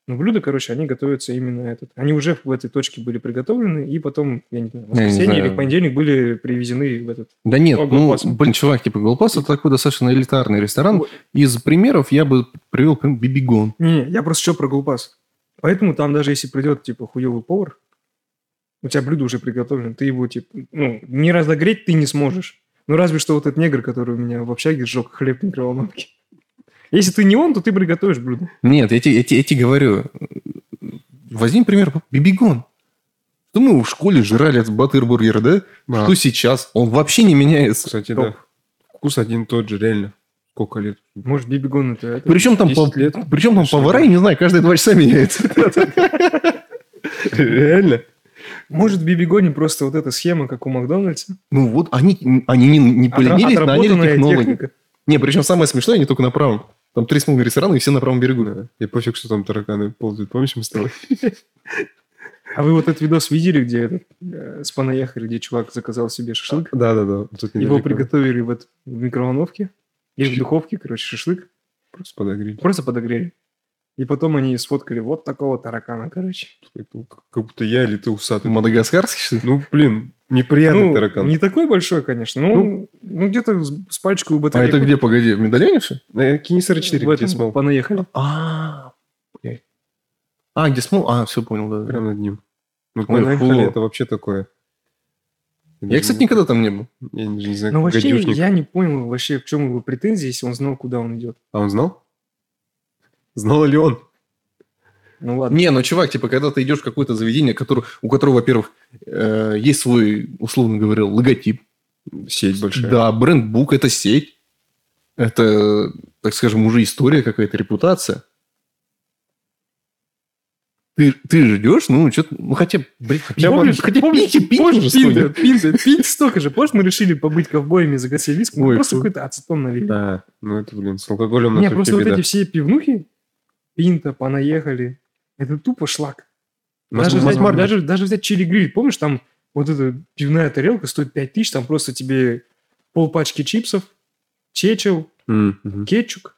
[SPEAKER 1] но блюда, короче, они готовятся именно этот. Они уже в этой точке были приготовлены, и потом, я не знаю, в
[SPEAKER 2] Я не
[SPEAKER 1] воскресенье или
[SPEAKER 2] знаю.
[SPEAKER 1] в понедельник были привезены в этот.
[SPEAKER 2] Да нет,
[SPEAKER 1] О,
[SPEAKER 2] ну,
[SPEAKER 1] Голпас.
[SPEAKER 2] блин, чувак, типа Голпас это такой достаточно элитарный ресторан.
[SPEAKER 1] Ой.
[SPEAKER 2] Из примеров я бы привел прям Бибигон.
[SPEAKER 1] Не, я просто что про голпас. Поэтому там даже если придет, типа, хуевый повар, у тебя блюдо уже приготовлено, ты его, типа, ну, не разогреть ты не сможешь. Ну, разве что вот этот негр, который у меня в общаге сжег хлеб в микроволновке. Если ты не он, то ты приготовишь блюдо.
[SPEAKER 2] Нет, я тебе, я тебе- я тебе говорю, возьми пример Бибигон. Что мы в школе жрали от батырбургера, да?
[SPEAKER 3] А,
[SPEAKER 2] Что сейчас? Он вообще не меняется.
[SPEAKER 3] Кстати,
[SPEAKER 1] Топ.
[SPEAKER 3] да. Вкус один и тот же, реально. Сколько лет?
[SPEAKER 1] Может, бибигон это... это-
[SPEAKER 2] Причем там,
[SPEAKER 3] 10
[SPEAKER 2] по-
[SPEAKER 3] лет.
[SPEAKER 2] причем там
[SPEAKER 3] Что
[SPEAKER 2] повара,
[SPEAKER 3] это?
[SPEAKER 2] я не знаю, каждые два
[SPEAKER 1] (laughs)
[SPEAKER 2] часа меняется.
[SPEAKER 3] Реально?
[SPEAKER 1] Может, в бибигоне просто вот эта схема, как у Макдональдса?
[SPEAKER 2] Ну вот, они, они не, не
[SPEAKER 1] Отра-
[SPEAKER 2] поленились, наняли
[SPEAKER 1] отработанная
[SPEAKER 2] технологи.
[SPEAKER 1] техника.
[SPEAKER 2] Не, причем самое смешное, они только на правом. Там три смуглые ресторана, и все на правом берегу.
[SPEAKER 3] И пофиг, что там тараканы ползают. Помнишь, мы с
[SPEAKER 1] (laughs)
[SPEAKER 3] тобой?
[SPEAKER 1] А вы вот этот видос видели, где этот, э, с понаехали, где чувак заказал себе шашлык?
[SPEAKER 3] Да-да-да. Тут
[SPEAKER 1] Его
[SPEAKER 3] недалеко.
[SPEAKER 1] приготовили в, эт- в микроволновке, И в духовке, короче, шашлык
[SPEAKER 3] Просто подогрели.
[SPEAKER 1] просто подогрели. И потом они сфоткали вот такого таракана, короче.
[SPEAKER 3] Это Как как будто я или ты усатый.
[SPEAKER 2] Мадагаскарский, что ли?
[SPEAKER 3] Ну, блин, неприятный
[SPEAKER 1] ну,
[SPEAKER 3] таракан.
[SPEAKER 1] не такой большой, конечно. Ну, ну, где-то с, с пальчику у
[SPEAKER 2] А
[SPEAKER 1] батареи.
[SPEAKER 2] это где, погоди, в медальоне все?
[SPEAKER 3] На Кинесера 4
[SPEAKER 1] В
[SPEAKER 3] где
[SPEAKER 1] этом
[SPEAKER 3] смол.
[SPEAKER 1] понаехали.
[SPEAKER 2] А, блядь. А, где смол? А, все понял, да.
[SPEAKER 3] Прям над ним. Ну,
[SPEAKER 2] Ой,
[SPEAKER 3] поехали,
[SPEAKER 2] фу.
[SPEAKER 3] это вообще такое.
[SPEAKER 2] Я, кстати, никогда там не был.
[SPEAKER 3] Я даже не знаю,
[SPEAKER 1] Ну,
[SPEAKER 3] как
[SPEAKER 1] вообще,
[SPEAKER 3] гадюшник.
[SPEAKER 1] я не понял вообще, в чем его претензии, если он знал, куда он идет.
[SPEAKER 3] А он знал? Знал ли он?
[SPEAKER 1] Ну, ладно.
[SPEAKER 2] Не, ну, чувак, типа, когда ты идешь в какое-то заведение, которое- у которого, во-первых, э, есть свой, условно говоря, логотип.
[SPEAKER 3] Сеть большая.
[SPEAKER 2] Да, брендбук – это сеть. Это, так скажем, уже история какая-то, репутация. Ты, ты ждешь, ну, что-то, ну, хотя, бы, блин, хотя, бы-
[SPEAKER 1] Помнишь-
[SPEAKER 2] хотя бы
[SPEAKER 1] помнишь-
[SPEAKER 2] пить, и пить
[SPEAKER 1] помнишь,
[SPEAKER 2] уже
[SPEAKER 1] пить,
[SPEAKER 2] стоит.
[SPEAKER 1] да, пить, да, пить столько же. Помнишь, мы решили побыть ковбоями, загасили виск, мы
[SPEAKER 2] Ой,
[SPEAKER 1] просто
[SPEAKER 2] фу.
[SPEAKER 1] какой-то ацетон налили.
[SPEAKER 3] Да. Ну, это, блин, с алкоголем
[SPEAKER 1] Не,
[SPEAKER 3] настолько
[SPEAKER 1] просто вот
[SPEAKER 3] беда.
[SPEAKER 1] эти все пивнухи, пинта, понаехали, это тупо шлак.
[SPEAKER 3] Мас-
[SPEAKER 1] Даже взять,
[SPEAKER 3] мас-маркет.
[SPEAKER 1] даже, даже взять чили гриль, помнишь, там вот эта пивная тарелка стоит 5 тысяч, там просто тебе полпачки чипсов, чечил,
[SPEAKER 3] М, мгм.
[SPEAKER 1] кетчуп,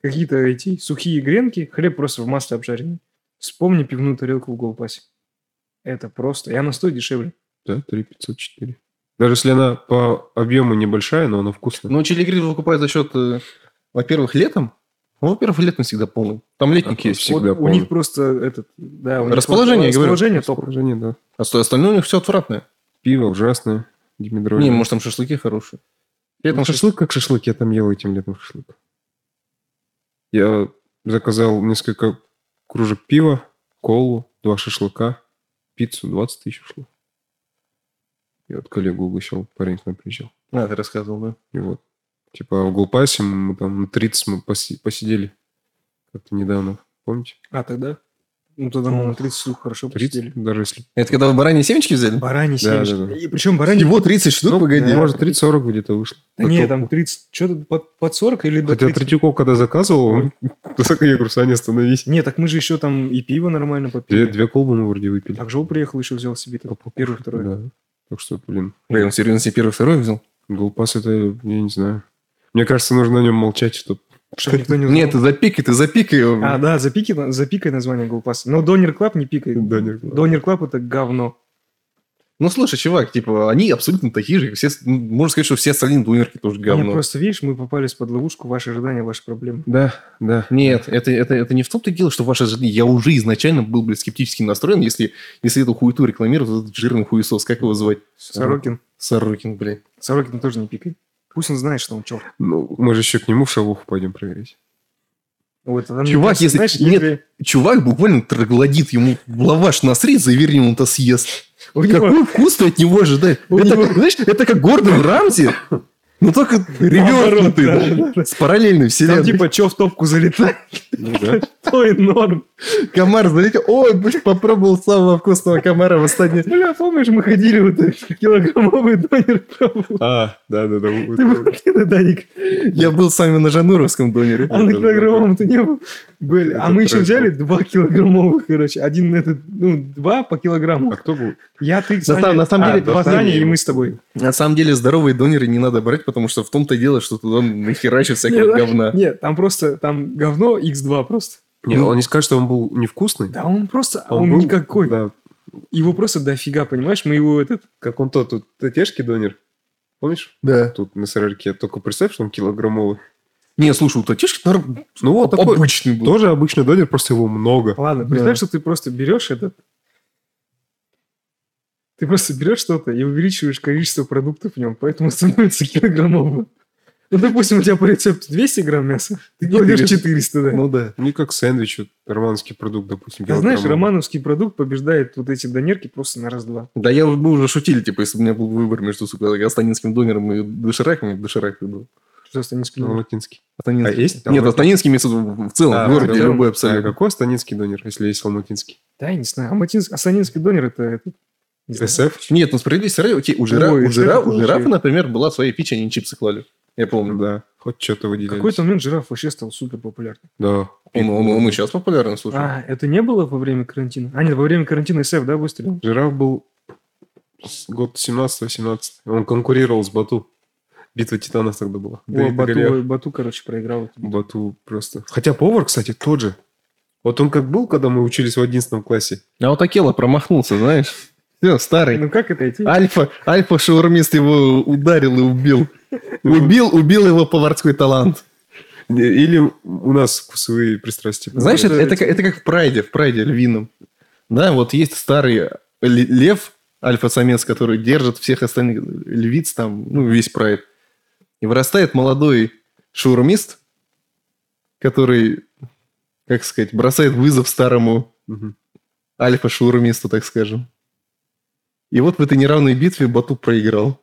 [SPEAKER 1] какие-то эти сухие гренки, хлеб просто в масле обжаренный. Вспомни пивную тарелку в Голпасе. Это просто. И она стоит дешевле.
[SPEAKER 3] Да, 3504. Даже если она по объему небольшая, но она вкусная.
[SPEAKER 2] Ну, чили гриль выкупают за счет, э, во-первых, летом. Ну, во-первых, летом всегда полный. Там летники
[SPEAKER 3] А,
[SPEAKER 2] есть.
[SPEAKER 3] всегда.
[SPEAKER 1] Вот у
[SPEAKER 3] помню.
[SPEAKER 1] них просто этот, да, у них
[SPEAKER 2] Расположение, я
[SPEAKER 1] просто
[SPEAKER 2] говорю.
[SPEAKER 1] расположение топ.
[SPEAKER 3] Расположение, да.
[SPEAKER 2] А сто- остальное у них все отвратное.
[SPEAKER 3] Пиво ужасное. Димедроли.
[SPEAKER 2] Не, может, там шашлыки хорошие.
[SPEAKER 3] летом
[SPEAKER 1] Ну,
[SPEAKER 2] Летом
[SPEAKER 3] шашлык как шашлык. Я там ел этим летом шашлык. Я заказал несколько кружек пива, колу, два шашлыка, пиццу. 20 тысяч ушло. И вот коллегу угощал, парень к нам приезжал.
[SPEAKER 2] А, ты рассказывал, да?
[SPEAKER 3] И вот, типа, в Голпасе мы там на 30 мы поси- посидели. Как-то недавно, помните?
[SPEAKER 1] А, тогда? Ну, тогда мы на 30 штук хорошо
[SPEAKER 3] 30,
[SPEAKER 1] посидели.
[SPEAKER 3] даже если...
[SPEAKER 2] Это когда вы бараньи семечки взяли?
[SPEAKER 1] Барани
[SPEAKER 3] Да,
[SPEAKER 1] семечки.
[SPEAKER 3] да, да.
[SPEAKER 1] И причем барани...
[SPEAKER 2] 30 штук,
[SPEAKER 3] Ну,
[SPEAKER 2] погоди.
[SPEAKER 3] может, 30-40 где-то вышло.
[SPEAKER 1] Да не,
[SPEAKER 3] Потом-
[SPEAKER 1] там 30... Что-то под, под 40 или до
[SPEAKER 3] Хотя
[SPEAKER 1] 30?
[SPEAKER 3] Третьяков, когда заказывал, он... (laughs) я говорю, Саня, остановись.
[SPEAKER 1] Не, так мы же еще там и пиво нормально
[SPEAKER 3] Две,
[SPEAKER 1] подпили.
[SPEAKER 3] две колбы мы вроде выпили.
[SPEAKER 1] Так Жол приехал, еще взял себе там первый, второй.
[SPEAKER 3] Да. Так что, блин,
[SPEAKER 2] Блин, он серьезно себе первый, второй взял?
[SPEAKER 3] Голпас это, я не знаю. Мне кажется, нужно о нем молчать, чтобы...
[SPEAKER 1] Чтоб никто не узнал.
[SPEAKER 2] Нет, ты запикай, ты запикай его.
[SPEAKER 1] А, да, запики, запикай название Голпаса. Но Донер Клаб не пикает.
[SPEAKER 3] Донер Клаб.
[SPEAKER 1] Донер Клаб это говно.
[SPEAKER 2] Ну, слушай, чувак, типа, они абсолютно такие же, как все, ну, можно сказать, что все остальные дунерки тоже
[SPEAKER 1] Не,
[SPEAKER 2] говно.
[SPEAKER 1] просто видишь, мы попались под ловушку, ваши ожидания, ваши проблемы.
[SPEAKER 3] Да, да.
[SPEAKER 2] Нет, это, это, это не в том-то и дело, что ваше ожидание. Я уже изначально был, блядь, скептически настроен, если, если эту хуету рекламирует этот жирный хуесос. Как его звать?
[SPEAKER 1] Сорокин.
[SPEAKER 2] Сорокин, блядь.
[SPEAKER 1] Сорокин тоже не пикает. Пусть он знает, что он черт.
[SPEAKER 3] Ну, мы же еще к нему в шавуху пойдем проверить.
[SPEAKER 1] Вот, тогда мне
[SPEAKER 2] Чувак,
[SPEAKER 1] кажется,
[SPEAKER 2] если-
[SPEAKER 1] знаешь,
[SPEAKER 2] нет.
[SPEAKER 1] если-
[SPEAKER 2] Чувак буквально троглодит, ему в лаваш насри, заверни, он-то съест.
[SPEAKER 1] у него-
[SPEAKER 2] Какой вкус ты от него ожидаешь?
[SPEAKER 1] У
[SPEAKER 2] Это,
[SPEAKER 1] него-
[SPEAKER 2] знаешь, это как Гордон Рамзи, но только ревернутый,
[SPEAKER 1] Наоборот, да,
[SPEAKER 2] да, с параллельной
[SPEAKER 1] Там
[SPEAKER 2] вселенной.
[SPEAKER 1] типа, что в топку залетает, (laughs)
[SPEAKER 3] Ну, да.
[SPEAKER 1] то и норм.
[SPEAKER 2] Комар, знаете, ой, блин, попробовал самого вкусного комара в остальные.
[SPEAKER 1] Бля, помнишь, мы ходили вот этот килограммовый донер пробовал?
[SPEAKER 3] А, да-да-да. вот
[SPEAKER 1] Ты был
[SPEAKER 3] это.
[SPEAKER 1] где ты, Даник?
[SPEAKER 2] Я был с вами на Жануровском донере.
[SPEAKER 1] А на
[SPEAKER 3] Да-да-да.
[SPEAKER 1] килограммовом-то не был. Были. А
[SPEAKER 3] Это
[SPEAKER 1] мы еще
[SPEAKER 3] трэш
[SPEAKER 1] взяли
[SPEAKER 3] был.
[SPEAKER 1] два килограммовых, короче. Один этот, ну, два по
[SPEAKER 3] А
[SPEAKER 1] килограмму.
[SPEAKER 3] кто был?
[SPEAKER 1] Я, ты,
[SPEAKER 2] самом-
[SPEAKER 1] Саня,
[SPEAKER 2] на самом
[SPEAKER 1] а,
[SPEAKER 2] деле,
[SPEAKER 1] два
[SPEAKER 2] на самом
[SPEAKER 1] Саня и
[SPEAKER 2] деле-
[SPEAKER 1] мы с
[SPEAKER 2] (laughs)
[SPEAKER 1] тобой.
[SPEAKER 2] На самом деле здоровые донеры не надо брать, потому что в том-то и дело, что туда нахерачат
[SPEAKER 1] Не,
[SPEAKER 2] всякого говна.
[SPEAKER 1] Нет, там просто, там говно x2 просто.
[SPEAKER 3] Нет, он не скажет, что он был невкусный.
[SPEAKER 1] Ну. Да он просто, а он
[SPEAKER 3] был-
[SPEAKER 1] никакой.
[SPEAKER 3] Да.
[SPEAKER 1] Его просто дофига, понимаешь? Мы его этот...
[SPEAKER 3] Как он тот, вот, тетешки донер. Помнишь?
[SPEAKER 2] Да.
[SPEAKER 3] Тут на сырарьке. Только представь, что он килограммовый.
[SPEAKER 2] Не, слушай, у Татишки норм-
[SPEAKER 3] Ну вот такой.
[SPEAKER 2] обычный был.
[SPEAKER 3] Тоже обычный донер, просто его много.
[SPEAKER 1] Ладно, представь, что ты просто берешь этот... Ты просто берешь что-то и увеличиваешь количество продуктов в нем, поэтому становится (laughs) килограммовым. Ну, допустим, у тебя по рецепту 200 грамм мяса, ты кладешь 400, да.
[SPEAKER 2] Ну да.
[SPEAKER 3] Ну, как сэндвич, вот, романский продукт, допустим.
[SPEAKER 1] А знаешь,
[SPEAKER 3] килограммовый.
[SPEAKER 1] романовский продукт побеждает вот эти донерки просто на раз-два.
[SPEAKER 2] Да я, мы уже шутили, типа, если бы у меня был выбор между, сука, астанинским донером и дошираками, я бы доширак выбрал.
[SPEAKER 1] Что с
[SPEAKER 3] Ну,
[SPEAKER 1] Танинским?
[SPEAKER 3] латинский.
[SPEAKER 2] Астанинский.
[SPEAKER 3] А есть там
[SPEAKER 2] Нет,
[SPEAKER 3] вроде?
[SPEAKER 2] астанинский имеется в виду в целом, в
[SPEAKER 3] А,
[SPEAKER 2] городе,
[SPEAKER 1] в целом.
[SPEAKER 2] Ну, любой
[SPEAKER 3] А
[SPEAKER 2] абсолютно.
[SPEAKER 3] какой астанинский донер, если есть алматинский?
[SPEAKER 1] Да, я не знаю. Алматинск- Астанинский донер это... это- не знаю.
[SPEAKER 3] СФ?
[SPEAKER 2] Нет, ну справедливости ради, окей, у, жира-
[SPEAKER 1] Ой,
[SPEAKER 2] у,
[SPEAKER 1] это
[SPEAKER 2] жира- у жирафа,
[SPEAKER 1] лучше.
[SPEAKER 2] например, была своя пича, они чипсы клали. Я помню.
[SPEAKER 3] Ну Да. Хоть что-то
[SPEAKER 1] В
[SPEAKER 3] выделяли.
[SPEAKER 1] какой-то момент жираф вообще стал супер популярным.
[SPEAKER 3] Да.
[SPEAKER 2] Он, он- он и сейчас популярен, слушай.
[SPEAKER 1] А, это не было во время карантина? А, нет, во время карантина СФ, да, выстрелил?
[SPEAKER 3] Жираф был с- год 17-18. Он конкурировал с Бату. Битва титанов тогда была.
[SPEAKER 1] О,
[SPEAKER 3] Давид и
[SPEAKER 1] Бату,
[SPEAKER 3] Голиаф.
[SPEAKER 1] Бату, короче, проиграл. эту битву.
[SPEAKER 3] Бату просто. Хотя повар, кстати, тот же. Вот он как был, когда мы учились в 11 классе.
[SPEAKER 2] А вот Акела промахнулся, знаешь. Все, старый.
[SPEAKER 1] Ну как это идти?
[SPEAKER 2] Альфа, Альфа шаурмист его ударил и убил. Убил, убил его поварской талант.
[SPEAKER 3] Не, Или у нас вкусовые пристрастия.
[SPEAKER 2] Знаешь, это,
[SPEAKER 1] это-
[SPEAKER 2] это, как- это как в прайде, в прайде львином. Да, вот есть старый ле- лев, альфа-самец, который держит всех остальных львиц там, ну, весь прайд. И вырастает молодой шаурмист, который, как сказать, бросает вызов старому
[SPEAKER 3] Мгм.
[SPEAKER 2] альфа-шаурмисту, так скажем. И вот в этой неравной битве Бату проиграл.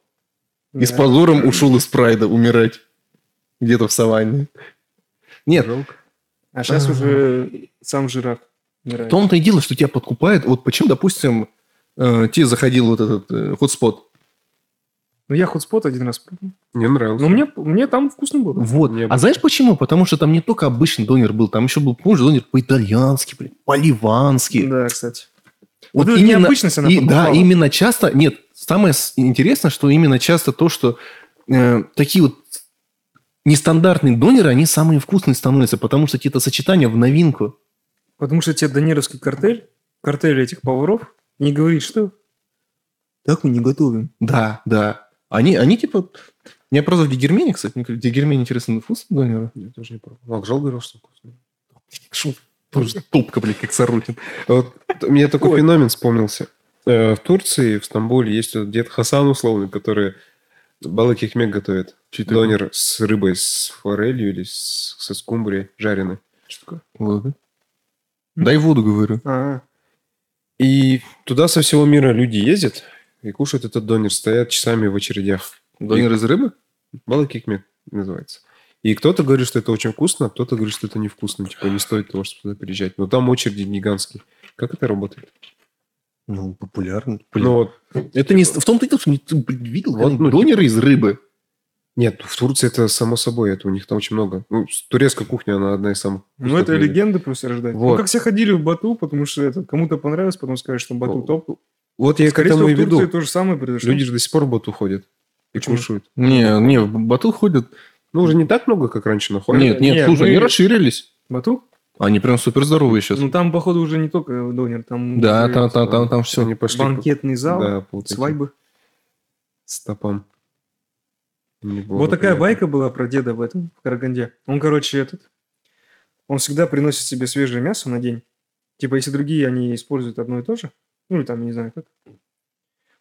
[SPEAKER 2] И с
[SPEAKER 1] Да.
[SPEAKER 2] позором ушел из прайда умирать. Где-то в саванне. Нет,
[SPEAKER 3] Жалко.
[SPEAKER 1] А сейчас
[SPEAKER 2] Ага.
[SPEAKER 1] уже сам жираф.
[SPEAKER 2] В
[SPEAKER 1] умирает.
[SPEAKER 2] том-то и дело, что тебя подкупает. Вот почему, допустим, э, тебе заходил вот этот э, хотспот.
[SPEAKER 1] Ну я хотспот один раз пробовал.
[SPEAKER 3] Мне нравилось.
[SPEAKER 1] Но Ну, мне, мне там вкусно было.
[SPEAKER 2] Вот.
[SPEAKER 3] Не
[SPEAKER 2] А
[SPEAKER 3] было.
[SPEAKER 2] знаешь почему? Потому что там не только обычный донер был, там еще был, помнишь, донер по-итальянски, блин, по-ливански.
[SPEAKER 1] Да, кстати.
[SPEAKER 2] Вот
[SPEAKER 1] Вот, эта
[SPEAKER 2] именно-
[SPEAKER 1] необычность она
[SPEAKER 2] и- да,
[SPEAKER 1] подкупала.
[SPEAKER 2] именно часто... Нет, самое с- интересное, что именно часто то, что э, такие вот нестандартные донеры, они самые вкусные становятся, потому что какие-то сочетания в новинку.
[SPEAKER 1] Потому что тебе Данировский картель, картель этих поваров, не говорит, что так мы не готовим.
[SPEAKER 2] Да, да. Они, они типа... Я просто в Дегермене, кстати, мне кажется, в Дегермене интересный вкус донера.
[SPEAKER 3] Я тоже не пробовал. Вокзал говорил, что вкусно.
[SPEAKER 2] Шо, тоже топка, блядь, как Сорокин.
[SPEAKER 3] А Вот, у меня такой феномен вспомнился. Э, В Турции, в Стамбуле есть вот дед Хасан условный, который балык хикмек готовит.
[SPEAKER 2] Чё такое?
[SPEAKER 3] Донер с рыбой, с форелью или с- со скумбрией жареной.
[SPEAKER 1] Что такое?
[SPEAKER 2] Ладно. Дай воду, говорю.
[SPEAKER 1] А,
[SPEAKER 3] И туда со всего мира люди ездят и кушают этот донер, стоят часами в очередях.
[SPEAKER 2] Донер из рыбы?
[SPEAKER 3] Балык хикмек называется. И кто-то говорит, что это очень вкусно, а кто-то говорит, что это невкусно. Типа не стоит того, чтобы туда приезжать. Но там очереди гигантские. Как это работает?
[SPEAKER 2] Ну, популярно.
[SPEAKER 3] Ну вот
[SPEAKER 2] это не... В том-то и дело, что не- ты блин, видел
[SPEAKER 3] Вот,
[SPEAKER 2] когда-нибудь
[SPEAKER 3] ну,
[SPEAKER 2] донеры из рыбы.
[SPEAKER 3] Нет, в Турции это само собой, это у них там очень много. Ну, с- турецкая кухня, она одна из самых.
[SPEAKER 1] ну это
[SPEAKER 3] вкусных в мире.
[SPEAKER 1] легенды просто рождать.
[SPEAKER 3] Вот.
[SPEAKER 1] Ну как все ходили в Бату, потому что это кому-то понравилось, потом скажешь, что Бату
[SPEAKER 3] Ну,
[SPEAKER 1] топ.
[SPEAKER 3] Вот я к
[SPEAKER 1] Скорее всего,
[SPEAKER 3] этому и
[SPEAKER 1] в
[SPEAKER 3] веду.
[SPEAKER 1] Турции то же самое произошло.
[SPEAKER 3] Люди же до сих пор в Бату ходят и
[SPEAKER 1] Почему?
[SPEAKER 3] кушают.
[SPEAKER 2] Не, не, в Бату ходят.
[SPEAKER 3] Ну, уже не так много, как раньше, но ходят.
[SPEAKER 2] Нет, нет,
[SPEAKER 1] Нет,
[SPEAKER 2] слушай,
[SPEAKER 1] мы-
[SPEAKER 2] они расширились.
[SPEAKER 1] Бату?
[SPEAKER 2] Они прям супер здоровые сейчас.
[SPEAKER 1] Ну там, походу, уже не только донер, там...
[SPEAKER 2] да,
[SPEAKER 1] уже
[SPEAKER 2] там, там, там, там все.
[SPEAKER 3] А, Они пошли
[SPEAKER 1] Банкетный
[SPEAKER 3] по,
[SPEAKER 1] зал,
[SPEAKER 3] да, по вот таким
[SPEAKER 1] свадьбы.
[SPEAKER 3] стопам. Мне было
[SPEAKER 1] Вот такая
[SPEAKER 3] приятно.
[SPEAKER 1] байка была про деда в этом, в Караганде. Он, короче, этот... Он всегда приносит себе свежее мясо на день. Типа, если другие, они используют одно и то же. Ну, или там, не знаю как.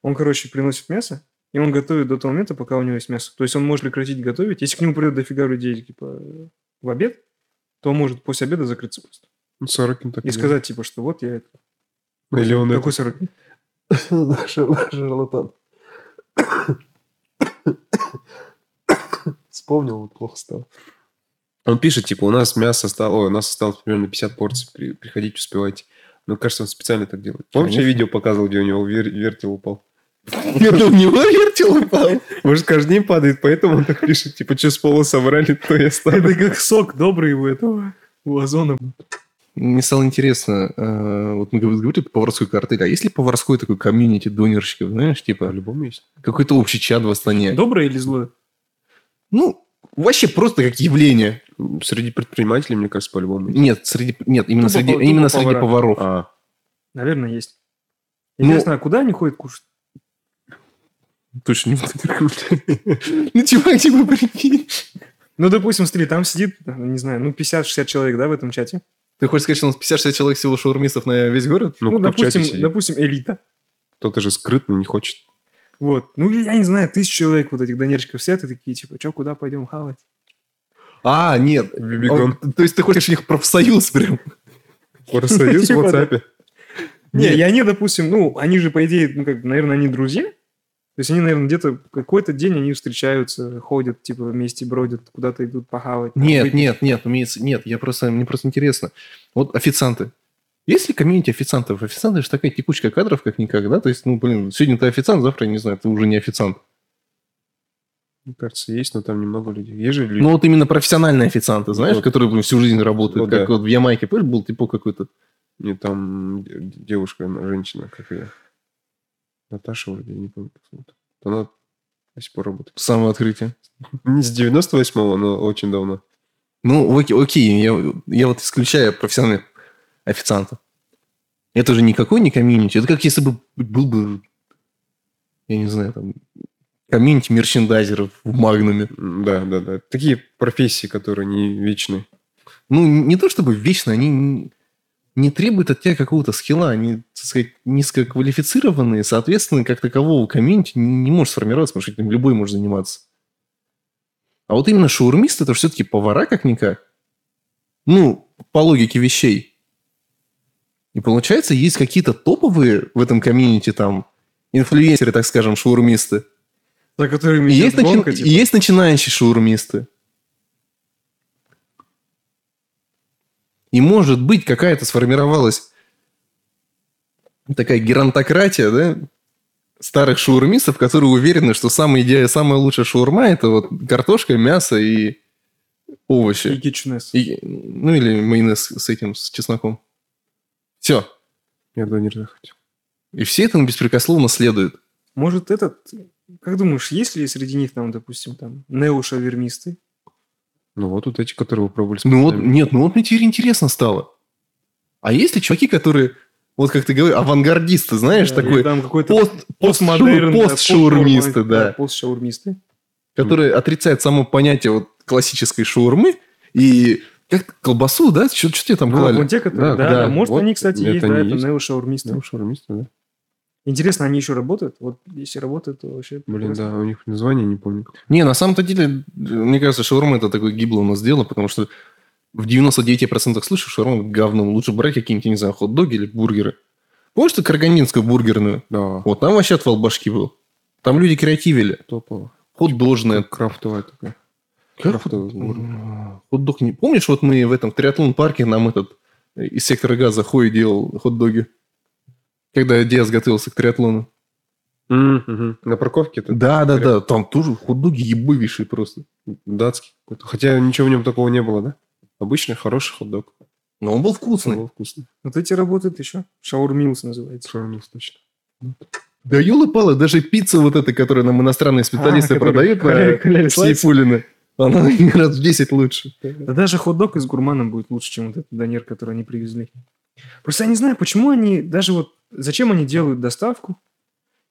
[SPEAKER 1] Он, короче, приносит мясо, и он готовит до того момента, пока у него есть мясо. То есть он может прекратить готовить. Если к нему придет дофига людей, типа, в обед, то он может после обеда закрыться просто.
[SPEAKER 3] Ну, Сорокин так
[SPEAKER 1] И сказать, типа, что вот я... это-
[SPEAKER 3] Или он
[SPEAKER 1] Какой сорок?
[SPEAKER 3] Шарлатан. Вспомнил, вот плохо стало. Он пишет, типа, у нас мясо стало, ой, у нас осталось примерно 50 порций, при- приходите, успевайте. Ну, кажется, он специально так делает. Помнишь, я
[SPEAKER 2] Конечно.
[SPEAKER 3] видео показывал, где у него вер- вертел упал?
[SPEAKER 2] Это в него вертел упал.
[SPEAKER 3] Может, каждый день падает, поэтому он так пишет, типа, что с пола собрали, то я стану.
[SPEAKER 1] Это как сок добрый у этого, у озона.
[SPEAKER 2] Мне стало интересно, э, вот мы говорили про поварскую картель, а есть ли поварской такой комьюнити донерщиков, знаешь, типа
[SPEAKER 3] По-любому есть.
[SPEAKER 2] какой-то общий чат в Астане?
[SPEAKER 1] Доброе или злое?
[SPEAKER 2] Ну, вообще просто как явление.
[SPEAKER 3] Среди предпринимателей, мне кажется, по-любому есть.
[SPEAKER 2] Нет, среди, нет, именно
[SPEAKER 1] Тупо
[SPEAKER 2] среди,
[SPEAKER 1] пов-
[SPEAKER 2] именно
[SPEAKER 1] тупо
[SPEAKER 2] среди
[SPEAKER 1] повара.
[SPEAKER 2] поваров.
[SPEAKER 3] А,
[SPEAKER 1] Наверное, есть.
[SPEAKER 2] Ну-
[SPEAKER 1] Интересно, а куда они ходят кушать?
[SPEAKER 2] Точно не буду. Ну, чувак, типа, (laughs) прикинь.
[SPEAKER 1] Ну, допустим, смотри, там сидит, не знаю, ну, 50-60 человек, да, в этом чате.
[SPEAKER 2] Ты хочешь сказать, что у нас 50-60 человек всего шаурмистов на весь город?
[SPEAKER 3] ну,
[SPEAKER 1] Ну,
[SPEAKER 3] кто в чате
[SPEAKER 1] допустим,
[SPEAKER 3] сидит?
[SPEAKER 1] допустим, элита.
[SPEAKER 3] Кто-то же скрытно не хочет.
[SPEAKER 1] Вот. Ну, я не знаю, тысяч человек вот этих донерчиков сидят и такие, типа, что, куда пойдем хавать?
[SPEAKER 2] А, нет.
[SPEAKER 3] Бибигон.
[SPEAKER 2] Он- То есть ты хочешь у них профсоюз прям?
[SPEAKER 3] (laughs) Профсоюз в
[SPEAKER 1] Типа, да.
[SPEAKER 3] WhatsApp.
[SPEAKER 1] Не,
[SPEAKER 2] Нет.
[SPEAKER 1] и они, допустим, ну, они же, по идее, ну, как, наверное, они друзья. То есть они, наверное, где-то какой-то день они встречаются, ходят, типа, вместе бродят, куда-то идут похавать. там,
[SPEAKER 2] Нет,
[SPEAKER 1] выпить.
[SPEAKER 2] нет, нет, имеется- нет, я просто, мне просто интересно. Вот официанты. Есть ли комьюнити официантов? Официанты же такая текучка кадров, как никак, да? То есть, ну, блин, сегодня ты официант, завтра, я не знаю, ты уже не официант.
[SPEAKER 3] Мне кажется, есть, но там немного людей. Есть же люди.
[SPEAKER 2] Ну, вот именно профессиональные официанты, знаешь,
[SPEAKER 3] Вот.
[SPEAKER 2] которые блин, всю жизнь работают.
[SPEAKER 3] Ну,
[SPEAKER 2] Как
[SPEAKER 3] да.
[SPEAKER 2] вот в Ямайке, помнишь, был типа какой-то
[SPEAKER 3] Не, там де- девушка, она- женщина, как ее. Наташа вроде, я не помню, как зовут. Она До сих пор работает. (laughs)
[SPEAKER 2] Самооткрытие.
[SPEAKER 3] Не с 98-го, но очень давно.
[SPEAKER 2] Ну, окей, окей, я, я вот исключаю профессиональных официантов. Это же никакой не комьюнити. Это как если бы был бы, я не знаю, там, комьюнити мерчендайзеров в Магнуме.
[SPEAKER 3] М, Да, да, да. Такие профессии, которые не вечны.
[SPEAKER 2] Ну, не то чтобы вечно, они не- не требуют от тебя какого-то скилла. Они, так сказать, низкоквалифицированные, соответственно, как такового комьюнити не, не может сформироваться, потому что этим любой может заниматься. А вот именно шаурмисты, это все-таки повара как-никак. Ну, по логике вещей. И получается, есть какие-то топовые в этом комьюнити там инфлюенсеры, так скажем, шаурмисты.
[SPEAKER 1] За которыми
[SPEAKER 2] И
[SPEAKER 1] идет
[SPEAKER 2] есть, начи-
[SPEAKER 1] гонка,
[SPEAKER 2] и
[SPEAKER 1] типа.
[SPEAKER 2] есть начинающие шаурмисты. И может быть какая-то сформировалась такая геронтократия, да, старых шаурмистов, которые уверены, что самая идея, самая лучшая шаурма это вот картошка, мясо и
[SPEAKER 1] И
[SPEAKER 2] овощи.
[SPEAKER 1] кичнес.
[SPEAKER 2] И- ну или майонез с этим, с чесноком. Все.
[SPEAKER 3] Я до нельзя хотел.
[SPEAKER 2] И все этому беспрекословно следуют.
[SPEAKER 1] Может, этот... Как думаешь, есть ли среди них там, допустим, там, неошавермисты?
[SPEAKER 3] Ну вот, вот эти, которые вы пробовали. с
[SPEAKER 2] Ну вот,
[SPEAKER 3] пацанами.
[SPEAKER 2] нет, ну вот мне теперь интересно стало. А есть ли чуваки, которые, вот как ты говоришь, авангардисты, знаешь,
[SPEAKER 1] Да, или
[SPEAKER 2] такой
[SPEAKER 1] там какой-то
[SPEAKER 2] пост,
[SPEAKER 1] постмодерн, да,
[SPEAKER 2] постшаурмисты,
[SPEAKER 1] постшаурма-
[SPEAKER 2] да,
[SPEAKER 1] Постшаурмисты. Ну,
[SPEAKER 2] которые отрицают само понятие вот классической шаурмы и как колбасу, да, что тебе там
[SPEAKER 3] Ну,
[SPEAKER 2] клали?
[SPEAKER 1] Вон те, которые...
[SPEAKER 3] Да,
[SPEAKER 1] Да,
[SPEAKER 2] да,
[SPEAKER 1] да, может,
[SPEAKER 3] вот
[SPEAKER 1] они, кстати,
[SPEAKER 3] это
[SPEAKER 1] есть,
[SPEAKER 3] они
[SPEAKER 1] да, это
[SPEAKER 3] есть.
[SPEAKER 1] неошаурмисты.
[SPEAKER 3] Ну, шаурмисты, да.
[SPEAKER 1] Интересно, они еще работают? Вот если работают, то вообще...
[SPEAKER 3] Блин,
[SPEAKER 1] прекрасно.
[SPEAKER 3] да, у них название не помню.
[SPEAKER 2] Не, на самом-то деле, мне кажется, шаурма это такое гиблое у нас дело, потому что в 99% случаев шаурма говно. Лучше брать какие-нибудь, не знаю, хот-доги или бургеры. Помнишь ты карганинскую бургерную?
[SPEAKER 3] Да,
[SPEAKER 2] Вот там вообще отвал башки был. Там люди креативили.
[SPEAKER 3] топово.
[SPEAKER 2] Хот-дожная.
[SPEAKER 3] Крафтовая такая.
[SPEAKER 2] Как
[SPEAKER 3] Крафтовая бургер.
[SPEAKER 2] М, Хот-дог не... Помнишь, вот мы в этом триатлон-парке нам этот э, из сектора газа Хой делал хот-доги? Когда Диас готовился к триатлону.
[SPEAKER 3] М, мгм. На парковке это
[SPEAKER 2] Да-да-да, там тоже хот-доги ебывейшие просто.
[SPEAKER 3] датский какой-то. Хотя ничего в нем такого не было, да? Обычный хороший хот-дог.
[SPEAKER 2] Но он был вкусный.
[SPEAKER 3] Было вкусно.
[SPEAKER 1] Вот эти работают еще. Шаурмилс называется.
[SPEAKER 3] Шаурмисты точно.
[SPEAKER 2] Да елы-палы, даже пицца вот эта, которую нам иностранные
[SPEAKER 1] А,
[SPEAKER 2] специалисты
[SPEAKER 1] которые
[SPEAKER 2] продают
[SPEAKER 1] Коля- Коля
[SPEAKER 2] на
[SPEAKER 1] Вячеславович.
[SPEAKER 2] Сейфулина, она (laughs) раз в 10 лучше.
[SPEAKER 1] Да даже хот-дог из гурмана будет лучше, чем вот этот донер, который они привезли. Просто я не знаю, почему они даже вот... Зачем они делают доставку,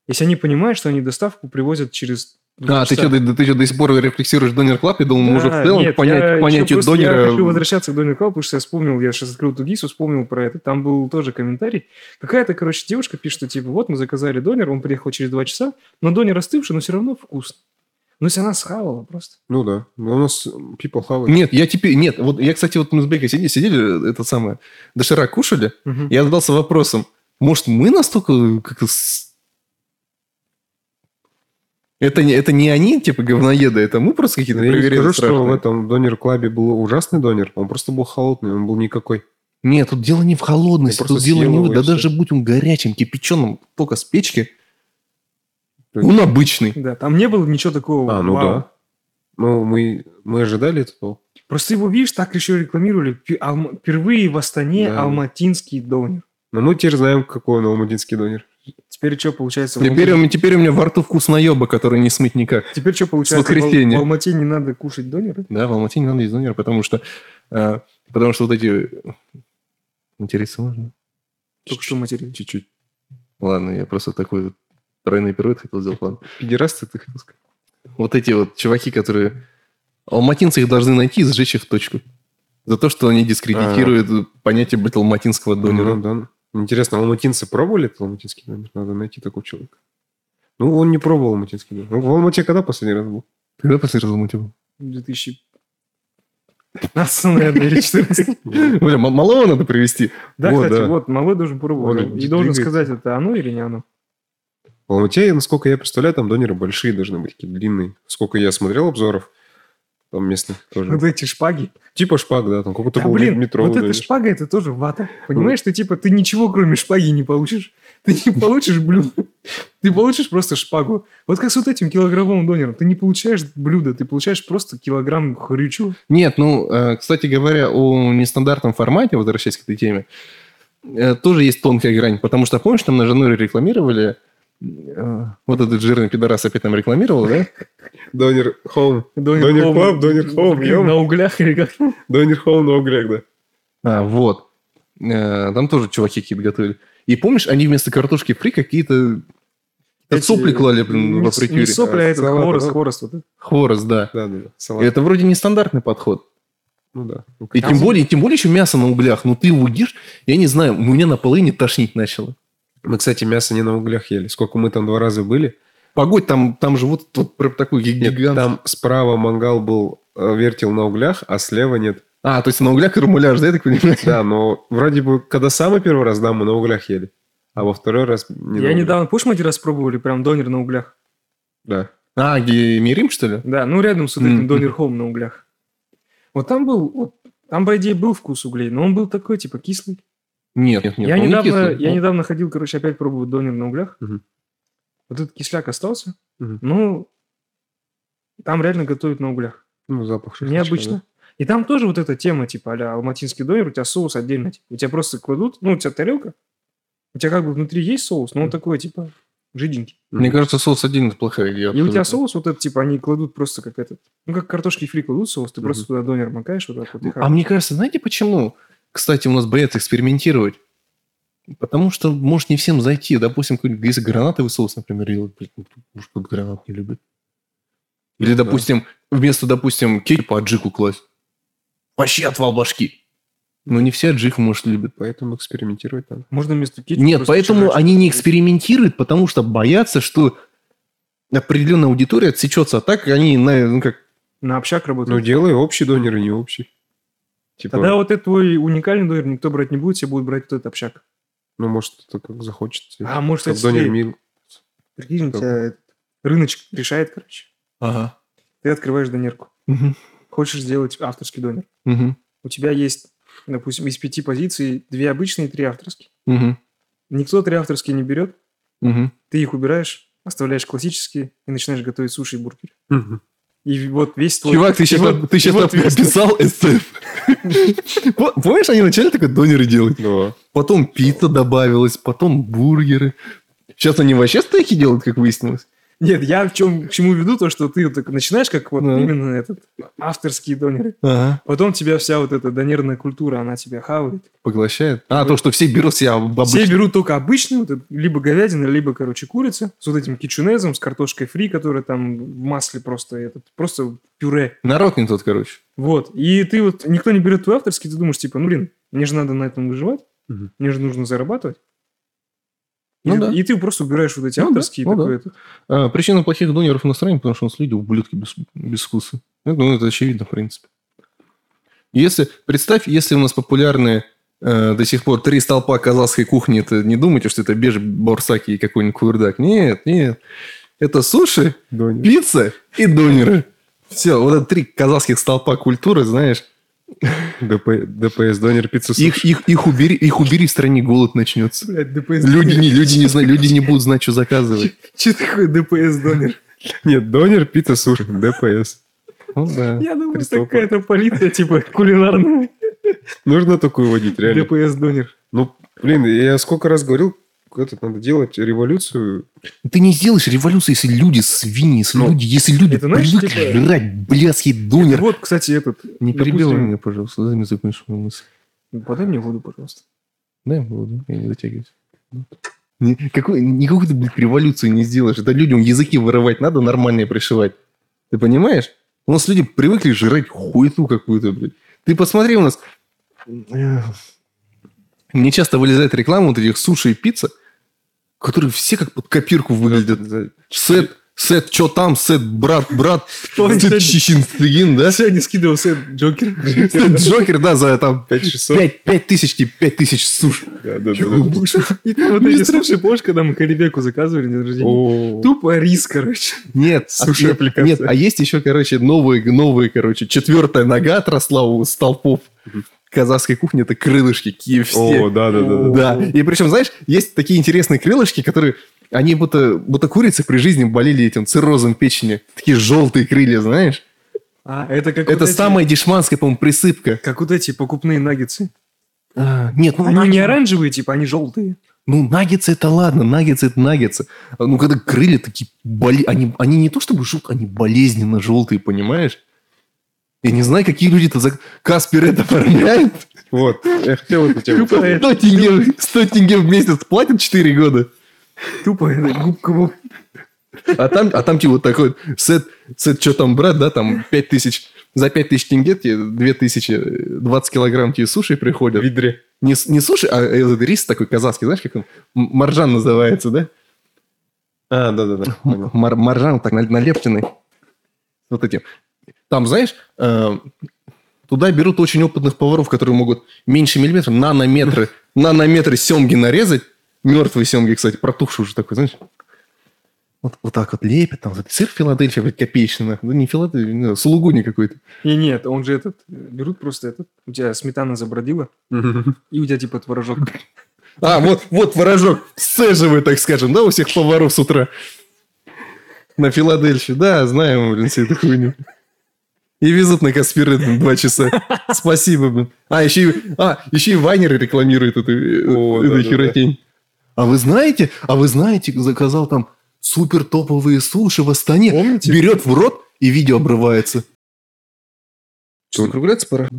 [SPEAKER 1] если они понимают, что они доставку привозят через... два
[SPEAKER 2] А, ты
[SPEAKER 1] часа?
[SPEAKER 2] что, ты, ты чё, до сих пор рефлексируешь Донер Клаб? Я думал, мы уже в
[SPEAKER 1] Ну, Да,
[SPEAKER 2] целом
[SPEAKER 1] нет,
[SPEAKER 2] к понять-
[SPEAKER 1] я
[SPEAKER 2] к
[SPEAKER 1] ещё
[SPEAKER 2] понятию
[SPEAKER 1] просто- Я хочу
[SPEAKER 2] Донера...
[SPEAKER 1] возвращаться к Донер Клабу, потому что я вспомнил, я сейчас открыл Тугису, вспомнил про это. Там был тоже комментарий. Какая-то, короче, девушка пишет, что типа, вот мы заказали донер, он приехал через два часа, но донер остывший, но все равно вкусно. Ну, если она схавала просто.
[SPEAKER 3] Ну да. Ну, у нас people have it.
[SPEAKER 2] Нет, я теперь... Нет, вот я, кстати, вот мы с Бекой сидели, сидели, это самое, доширак кушали,
[SPEAKER 1] Мгм.
[SPEAKER 2] Я задался вопросом, может, мы настолько как-то... с- Это, не- это не они, типа, говноеды, это мы просто какие-то
[SPEAKER 3] я не
[SPEAKER 2] проверяли
[SPEAKER 3] скажу, что
[SPEAKER 2] страшные.
[SPEAKER 3] в этом донер-клабе был ужасный донер. Он просто был холодный, он был никакой.
[SPEAKER 2] Нет, тут дело не в холодности,
[SPEAKER 3] Я Ну, просто
[SPEAKER 2] тут дело
[SPEAKER 3] съел
[SPEAKER 2] не в...
[SPEAKER 3] его,
[SPEAKER 2] Да
[SPEAKER 3] и всё.
[SPEAKER 2] даже будь он горячим, кипяченым, только с печки,
[SPEAKER 3] То есть-
[SPEAKER 2] он обычный.
[SPEAKER 1] Да, там не было ничего такого.
[SPEAKER 3] А, ну
[SPEAKER 1] вау.
[SPEAKER 3] да. Ну, мы, мы ожидали этого.
[SPEAKER 1] Просто его, видишь, так еще рекламировали. Пи- Алма- Впервые в Астане
[SPEAKER 3] Да.
[SPEAKER 1] алматинский донер.
[SPEAKER 3] Но мы теперь знаем, какой он алматинский донер.
[SPEAKER 1] Теперь что получается? в
[SPEAKER 2] Теперь,
[SPEAKER 1] Алмате-
[SPEAKER 2] у меня- теперь у меня во рту вкус наеба, который не смыть никак.
[SPEAKER 1] Теперь что получается? в Ал- В
[SPEAKER 2] воскресенья.
[SPEAKER 1] Алмате не надо кушать донеры?
[SPEAKER 2] Да, в Алмате не надо есть донер, потому что... э, потому что вот эти... Интересно, можно?
[SPEAKER 1] Только что материал.
[SPEAKER 3] Чуть-чуть.
[SPEAKER 2] Ладно, я просто такой вот тройной пируэт хотел сделать, ладно.
[SPEAKER 3] Педерасты, ты хотел сказать?
[SPEAKER 2] вот эти вот чуваки, которые... Алматинцы их должны найти и сжечь их в точку. За то, что они дискредитируют понятие, блядь, алматинского донера.
[SPEAKER 3] Ну, да. Интересно, алматинцы пробовали этот алматинский донер? Надо найти такого человека. Ну, он не пробовал алматинский донер. Ну, в Алмате когда последний раз был?
[SPEAKER 2] Когда последний раз алматин?
[SPEAKER 1] 2015, наверное, или 14.
[SPEAKER 2] Бля, м- малого надо привести.
[SPEAKER 1] Да,
[SPEAKER 2] Вот,
[SPEAKER 1] кстати,
[SPEAKER 2] да.
[SPEAKER 1] вот, малой должен пробовать.
[SPEAKER 3] Он
[SPEAKER 1] И должен
[SPEAKER 3] двигается.
[SPEAKER 1] сказать, это оно или не оно.
[SPEAKER 3] В Алмате, насколько я представляю, там донеры большие должны быть, такие длинные. Сколько я смотрел обзоров, там местных тоже.
[SPEAKER 1] Вот эти шпаги.
[SPEAKER 3] Типа шпаг, да, там какой-то
[SPEAKER 1] Ну, Да,
[SPEAKER 3] был
[SPEAKER 1] блин,
[SPEAKER 3] метро.
[SPEAKER 1] вот эта шпага, это тоже вата. Понимаешь, ты типа, ты ничего кроме шпаги не получишь. Ты не получишь блюдо. Ты получишь просто шпагу. Вот как с вот этим килограммовым донером. Ты не получаешь блюдо, ты получаешь просто килограмм хрючу.
[SPEAKER 2] Нет, ну, э, кстати говоря, о нестандартном формате, возвращаясь к этой теме, э, тоже есть тонкая грань. Потому что, помнишь, там на Жануре рекламировали
[SPEAKER 1] э,
[SPEAKER 2] Вот этот жирный пидорас опять нам рекламировал, да?
[SPEAKER 3] Донер Холм.
[SPEAKER 1] Донер
[SPEAKER 3] Донер
[SPEAKER 1] Холм.
[SPEAKER 3] Клаб, Донер Холм, ё-моё.
[SPEAKER 1] на углях или как?
[SPEAKER 3] Донер Холм на углях, да.
[SPEAKER 2] А, вот. Э, Там тоже чуваки какие-то готовили. И помнишь, они вместо картошки фри какие-то
[SPEAKER 1] Эти-
[SPEAKER 2] сопли клали, блин, во
[SPEAKER 1] Не,
[SPEAKER 2] фритюре.
[SPEAKER 1] не сопли, а этот
[SPEAKER 3] Салат,
[SPEAKER 1] хворост,
[SPEAKER 3] да?
[SPEAKER 1] хворост. вот это.
[SPEAKER 2] Хворост, да.
[SPEAKER 3] Да, да, да. Салат.
[SPEAKER 2] И Это вроде нестандартный подход.
[SPEAKER 3] Ну да. Ну,
[SPEAKER 2] И
[SPEAKER 3] как-
[SPEAKER 2] тем более, тем более еще мясо на углях. Ну ты его ешь, я не знаю, у меня на половине тошнить начало.
[SPEAKER 3] Мы, кстати, мясо не на углях ели. Сколько мы там два раза были.
[SPEAKER 2] Погодь, там, там же вот, вот прям такой ги-
[SPEAKER 3] Нет,
[SPEAKER 2] гигант.
[SPEAKER 3] там справа мангал был, э, вертел на углях, а слева нет.
[SPEAKER 2] А, то есть на углях и румуляж, да, я так понимаю?
[SPEAKER 3] Да, но вроде бы, когда самый первый раз, да, мы на углях ели. А во второй раз... не на
[SPEAKER 1] Я
[SPEAKER 3] углях.
[SPEAKER 1] недавно, помнишь, мы один раз пробовали прям донер на углях?
[SPEAKER 3] Да.
[SPEAKER 2] А, Гемерим, что ли?
[SPEAKER 1] Да, ну рядом с вот
[SPEAKER 2] Мгм.
[SPEAKER 1] этим донер холм на углях. Вот там был, вот, там, по идее, был вкус углей, но он был такой, типа, кислый.
[SPEAKER 2] Нет, нет, нет.
[SPEAKER 1] я,
[SPEAKER 2] он не
[SPEAKER 1] недавно,
[SPEAKER 2] кислый.
[SPEAKER 1] я
[SPEAKER 2] Он-
[SPEAKER 1] недавно ходил, короче, опять пробовать донер на углях.
[SPEAKER 3] Мгм.
[SPEAKER 1] Вот этот кисляк остался.
[SPEAKER 3] Мгм.
[SPEAKER 1] Ну, там реально готовят на углях.
[SPEAKER 3] Ну, запах шашлычка,
[SPEAKER 1] Необычно. И там тоже вот эта тема, типа, а алматинский донер, у тебя соус отдельно. типа. у тебя просто кладут, ну, у тебя тарелка, у тебя как бы внутри есть соус, но он
[SPEAKER 3] Мгм.
[SPEAKER 1] такой, типа, жиденький.
[SPEAKER 3] да.
[SPEAKER 2] Мне кажется, соус один это плохая идея.
[SPEAKER 1] И у тебя
[SPEAKER 2] абсолютно.
[SPEAKER 1] соус вот этот, типа, они кладут просто как этот, ну, как картошки фри кладут соус, ты
[SPEAKER 3] Мгм.
[SPEAKER 1] просто туда донер макаешь, вот так вот. и
[SPEAKER 2] А
[SPEAKER 1] хаваешь.
[SPEAKER 2] мне кажется, знаете почему? Кстати, у нас боятся экспериментировать. Потому что может не всем зайти. Допустим, какой-нибудь, если гранатовый соус, например, или, блин, может, кто-то гранат не любит. Или,
[SPEAKER 3] Ну Да.
[SPEAKER 2] допустим, вместо, допустим, кетчупа аджику класть. Вообще отвал башки. Но не все аджику, может, любят.
[SPEAKER 3] Поэтому экспериментировать надо.
[SPEAKER 1] Можно вместо кетчупа
[SPEAKER 2] Нет,
[SPEAKER 1] просто
[SPEAKER 2] поэтому
[SPEAKER 1] жрачку
[SPEAKER 2] они не
[SPEAKER 1] добавить.
[SPEAKER 2] экспериментируют, потому что боятся, что определенная аудитория отсечется. А так они, на- ну, как...
[SPEAKER 1] На общак
[SPEAKER 3] Ну,
[SPEAKER 1] работают.
[SPEAKER 3] делай общий донер и не общий. Типа,
[SPEAKER 1] Тогда вот этот твой уникальный донер никто брать не будет, все будут брать вот этот общак.
[SPEAKER 3] ну, может, кто как захочет.
[SPEAKER 1] А, может,
[SPEAKER 3] Чтоб
[SPEAKER 1] это
[SPEAKER 3] донер
[SPEAKER 1] слей.
[SPEAKER 3] мил.
[SPEAKER 1] Прикинь, у
[SPEAKER 3] Как?
[SPEAKER 1] тебя этот рыночек решает, короче.
[SPEAKER 2] Ага.
[SPEAKER 1] Ты открываешь донерку.
[SPEAKER 2] Мгм.
[SPEAKER 1] Хочешь сделать авторский донер.
[SPEAKER 2] Мгм.
[SPEAKER 1] У тебя есть, допустим, из пяти позиций две обычные и три авторские.
[SPEAKER 2] Мгм.
[SPEAKER 1] Никто три авторские не берет.
[SPEAKER 2] Мгм.
[SPEAKER 1] Ты их убираешь, оставляешь классические и начинаешь готовить суши и бургер.
[SPEAKER 3] Мгм.
[SPEAKER 1] И вот весь твой...
[SPEAKER 2] Чувак, ты
[SPEAKER 1] и
[SPEAKER 2] сейчас,
[SPEAKER 1] вот-
[SPEAKER 2] ты
[SPEAKER 1] и
[SPEAKER 2] сейчас
[SPEAKER 1] вот весь твой-
[SPEAKER 2] (laughs) описал СТФ. По- Помнишь, они вначале такой донеры делают?
[SPEAKER 3] Да.
[SPEAKER 2] Потом пицца добавилась, потом бургеры. Сейчас они вообще стейки делают, как выяснилось.
[SPEAKER 1] Нет, я в чем, к чему веду, то, что ты вот так начинаешь как вот
[SPEAKER 2] Да.
[SPEAKER 1] именно этот авторские донеры.
[SPEAKER 2] Ага.
[SPEAKER 1] Потом тебя вся вот эта донерная культура, она тебя хавает.
[SPEAKER 2] Поглощает. А, то, что все берут себя об-
[SPEAKER 1] Все
[SPEAKER 2] обычно.
[SPEAKER 1] берут только обычную, вот эту, либо говядина, либо, короче, курица с вот этим кичунезом, с картошкой фри, которая там в масле просто, этот, просто пюре.
[SPEAKER 2] Народ не тот, короче.
[SPEAKER 1] Вот. И ты вот, никто не берет твой авторский, ты думаешь, типа, ну, блин, мне же надо на этом выживать,
[SPEAKER 3] Мгм.
[SPEAKER 1] мне же нужно зарабатывать. И,
[SPEAKER 2] Ну да.
[SPEAKER 1] и ты просто убираешь вот эти
[SPEAKER 2] Ну да,
[SPEAKER 1] авторские. и
[SPEAKER 2] ну
[SPEAKER 1] такой
[SPEAKER 2] да.
[SPEAKER 1] этот.
[SPEAKER 2] А, причина плохих донеров в настроении, потому что у нас люди ублюдки без, без вкуса. Ну, ну, это очевидно, в принципе. Если, представь, если у нас популярные э, до сих пор три столпа казахской кухни, это не думайте, что это беж, борсаки и какой-нибудь курдак. Нет, нет. Это суши,
[SPEAKER 3] Донер.
[SPEAKER 2] пицца и донеры. Все, вот это три казахских столпа культуры, знаешь,
[SPEAKER 3] ДП- ДПС, донер, пицца, суши.
[SPEAKER 2] их, их, их, убери, их убери, в стране голод начнется.
[SPEAKER 1] Блядь, ДПС.
[SPEAKER 2] Люди не, люди, не, зна- люди не будут знать, что заказывать.
[SPEAKER 1] Че такое ДПС донер?
[SPEAKER 3] Нет, донер, пицца, суши, ДПС.
[SPEAKER 2] Ну да.
[SPEAKER 1] Я думаю,
[SPEAKER 3] Кристофор.
[SPEAKER 1] какая-то полиция, типа, кулинарная.
[SPEAKER 3] Нужно такую водить, реально.
[SPEAKER 1] ДПС донер.
[SPEAKER 3] Ну, блин, я сколько раз говорил, этот, надо делать революцию.
[SPEAKER 2] Ты не сделаешь революцию, если люди свиньи, если
[SPEAKER 3] Ну,
[SPEAKER 2] люди, если люди
[SPEAKER 1] это, знаешь,
[SPEAKER 2] привыкли
[SPEAKER 1] типа-
[SPEAKER 2] жрать блядский донер.
[SPEAKER 1] Вот, кстати, этот... допустим,
[SPEAKER 2] Не перебивай меня, пожалуйста, дай мне закончить мою мысль.
[SPEAKER 1] Подай мне воду, пожалуйста.
[SPEAKER 2] Дай мне воду, я не затягиваюсь. Ни- какой- никакую ты, блядь, революцию не сделаешь. Это людям языки вырывать надо, нормальные пришивать. Ты понимаешь? У нас люди привыкли жрать хуету какую-то, блядь. Ты посмотри у нас... Эх. Мне часто вылезает реклама вот этих суши и пицца, которые все как под копирку выглядят.
[SPEAKER 3] За-
[SPEAKER 2] Сет, сет, чё там, сет, брат, брат,
[SPEAKER 1] Он
[SPEAKER 2] сет,
[SPEAKER 1] сегодня-
[SPEAKER 2] Чищинстыгин,
[SPEAKER 1] (laughs)
[SPEAKER 2] да?
[SPEAKER 1] сегодня скидывал сет Джокер.
[SPEAKER 2] Сет Джокер, да, за там
[SPEAKER 3] 5600.
[SPEAKER 2] 5, пять тысяч, типа, пять тысяч суш.
[SPEAKER 3] Да, да, да, да.
[SPEAKER 1] И ты вот эти суши, помнишь, когда мы Карибеку заказывали на день рождения?
[SPEAKER 3] О,
[SPEAKER 1] Тупо рис, короче.
[SPEAKER 2] Нет, а-
[SPEAKER 3] Суши
[SPEAKER 2] нет,
[SPEAKER 3] аппликация.
[SPEAKER 2] нет, а есть еще, короче, новые, новые, короче, четвертая нога отросла у столпов казахской кухни, это крылышки
[SPEAKER 3] О,
[SPEAKER 2] KFC.
[SPEAKER 3] да, да, да, да.
[SPEAKER 2] Да, и причем, знаешь, есть такие интересные крылышки, которые, они будто, будто курицы при жизни болели этим циррозом печени. Такие желтые крылья, знаешь?
[SPEAKER 1] А, это как
[SPEAKER 2] Это
[SPEAKER 1] вот эти-
[SPEAKER 2] самая дешманская, по-моему, присыпка.
[SPEAKER 1] Как вот эти покупные наггетсы.
[SPEAKER 2] А, Нет, ну
[SPEAKER 1] Они
[SPEAKER 2] наггетсы-
[SPEAKER 1] не оранжевые, типа, они желтые.
[SPEAKER 2] Ну, наггетсы это ладно, наггетсы это наггетсы. А, Ну, когда крылья такие, боле... они, они не то чтобы желтые, они болезненно желтые, понимаешь? Я не знаю, какие люди-то за... Каспер это оформляет.
[SPEAKER 3] Вот, я хотел эту тему.
[SPEAKER 1] Тупо, э,
[SPEAKER 2] 100 тенге, 100 тенге в месяц платят 4 года.
[SPEAKER 1] тупо, э, губка Боб.
[SPEAKER 2] А там, а там типа вот такой сет, сет, что там, брат, да, там 5 тысяч, за 5 тысяч тенге тебе 2 тысячи, э, 20 килограмм тебе суши
[SPEAKER 3] В
[SPEAKER 2] приходят.
[SPEAKER 3] ведре.
[SPEAKER 2] Не, с- не суши, а этот рис такой казахский, знаешь, как он? М- Маржан называется, да?
[SPEAKER 3] А, да-да-да.
[SPEAKER 2] М-
[SPEAKER 3] понял.
[SPEAKER 2] мар- маржан так на- налепченный. Вот этим. Там, знаешь, э, туда берут очень опытных поваров, которые могут меньше миллиметра, нанометры, нанометры семги нарезать. Мертвые семги, кстати, протухшие уже такой, знаешь. Вот, вот так вот лепят, там вот этот сыр Филадельфия, блядь, копеечный, ну не Филадельфия, не знаю, сулугуни какой-то.
[SPEAKER 1] И нет, он же этот, э, берут просто этот, у тебя сметана забродила,
[SPEAKER 3] Мгм.
[SPEAKER 1] и у тебя типа творожок.
[SPEAKER 2] А, вот, вот творожок сцеживает, так скажем, да, у всех поваров с утра. На Филадельфию, да, знаем, мы, блин, всю эту хуйню. И везут на Каспиры блин, два часа. Спасибо, блин. А, еще и, а, еще и вайнеры рекламируют эту, э,
[SPEAKER 3] О,
[SPEAKER 2] эту
[SPEAKER 3] да-да-да.
[SPEAKER 2] херотень. А вы знаете, а вы знаете, заказал там супер топовые суши в Астане.
[SPEAKER 1] Помните?
[SPEAKER 2] Берет в рот, и видео обрывается.
[SPEAKER 3] Что,
[SPEAKER 2] закругляться пора?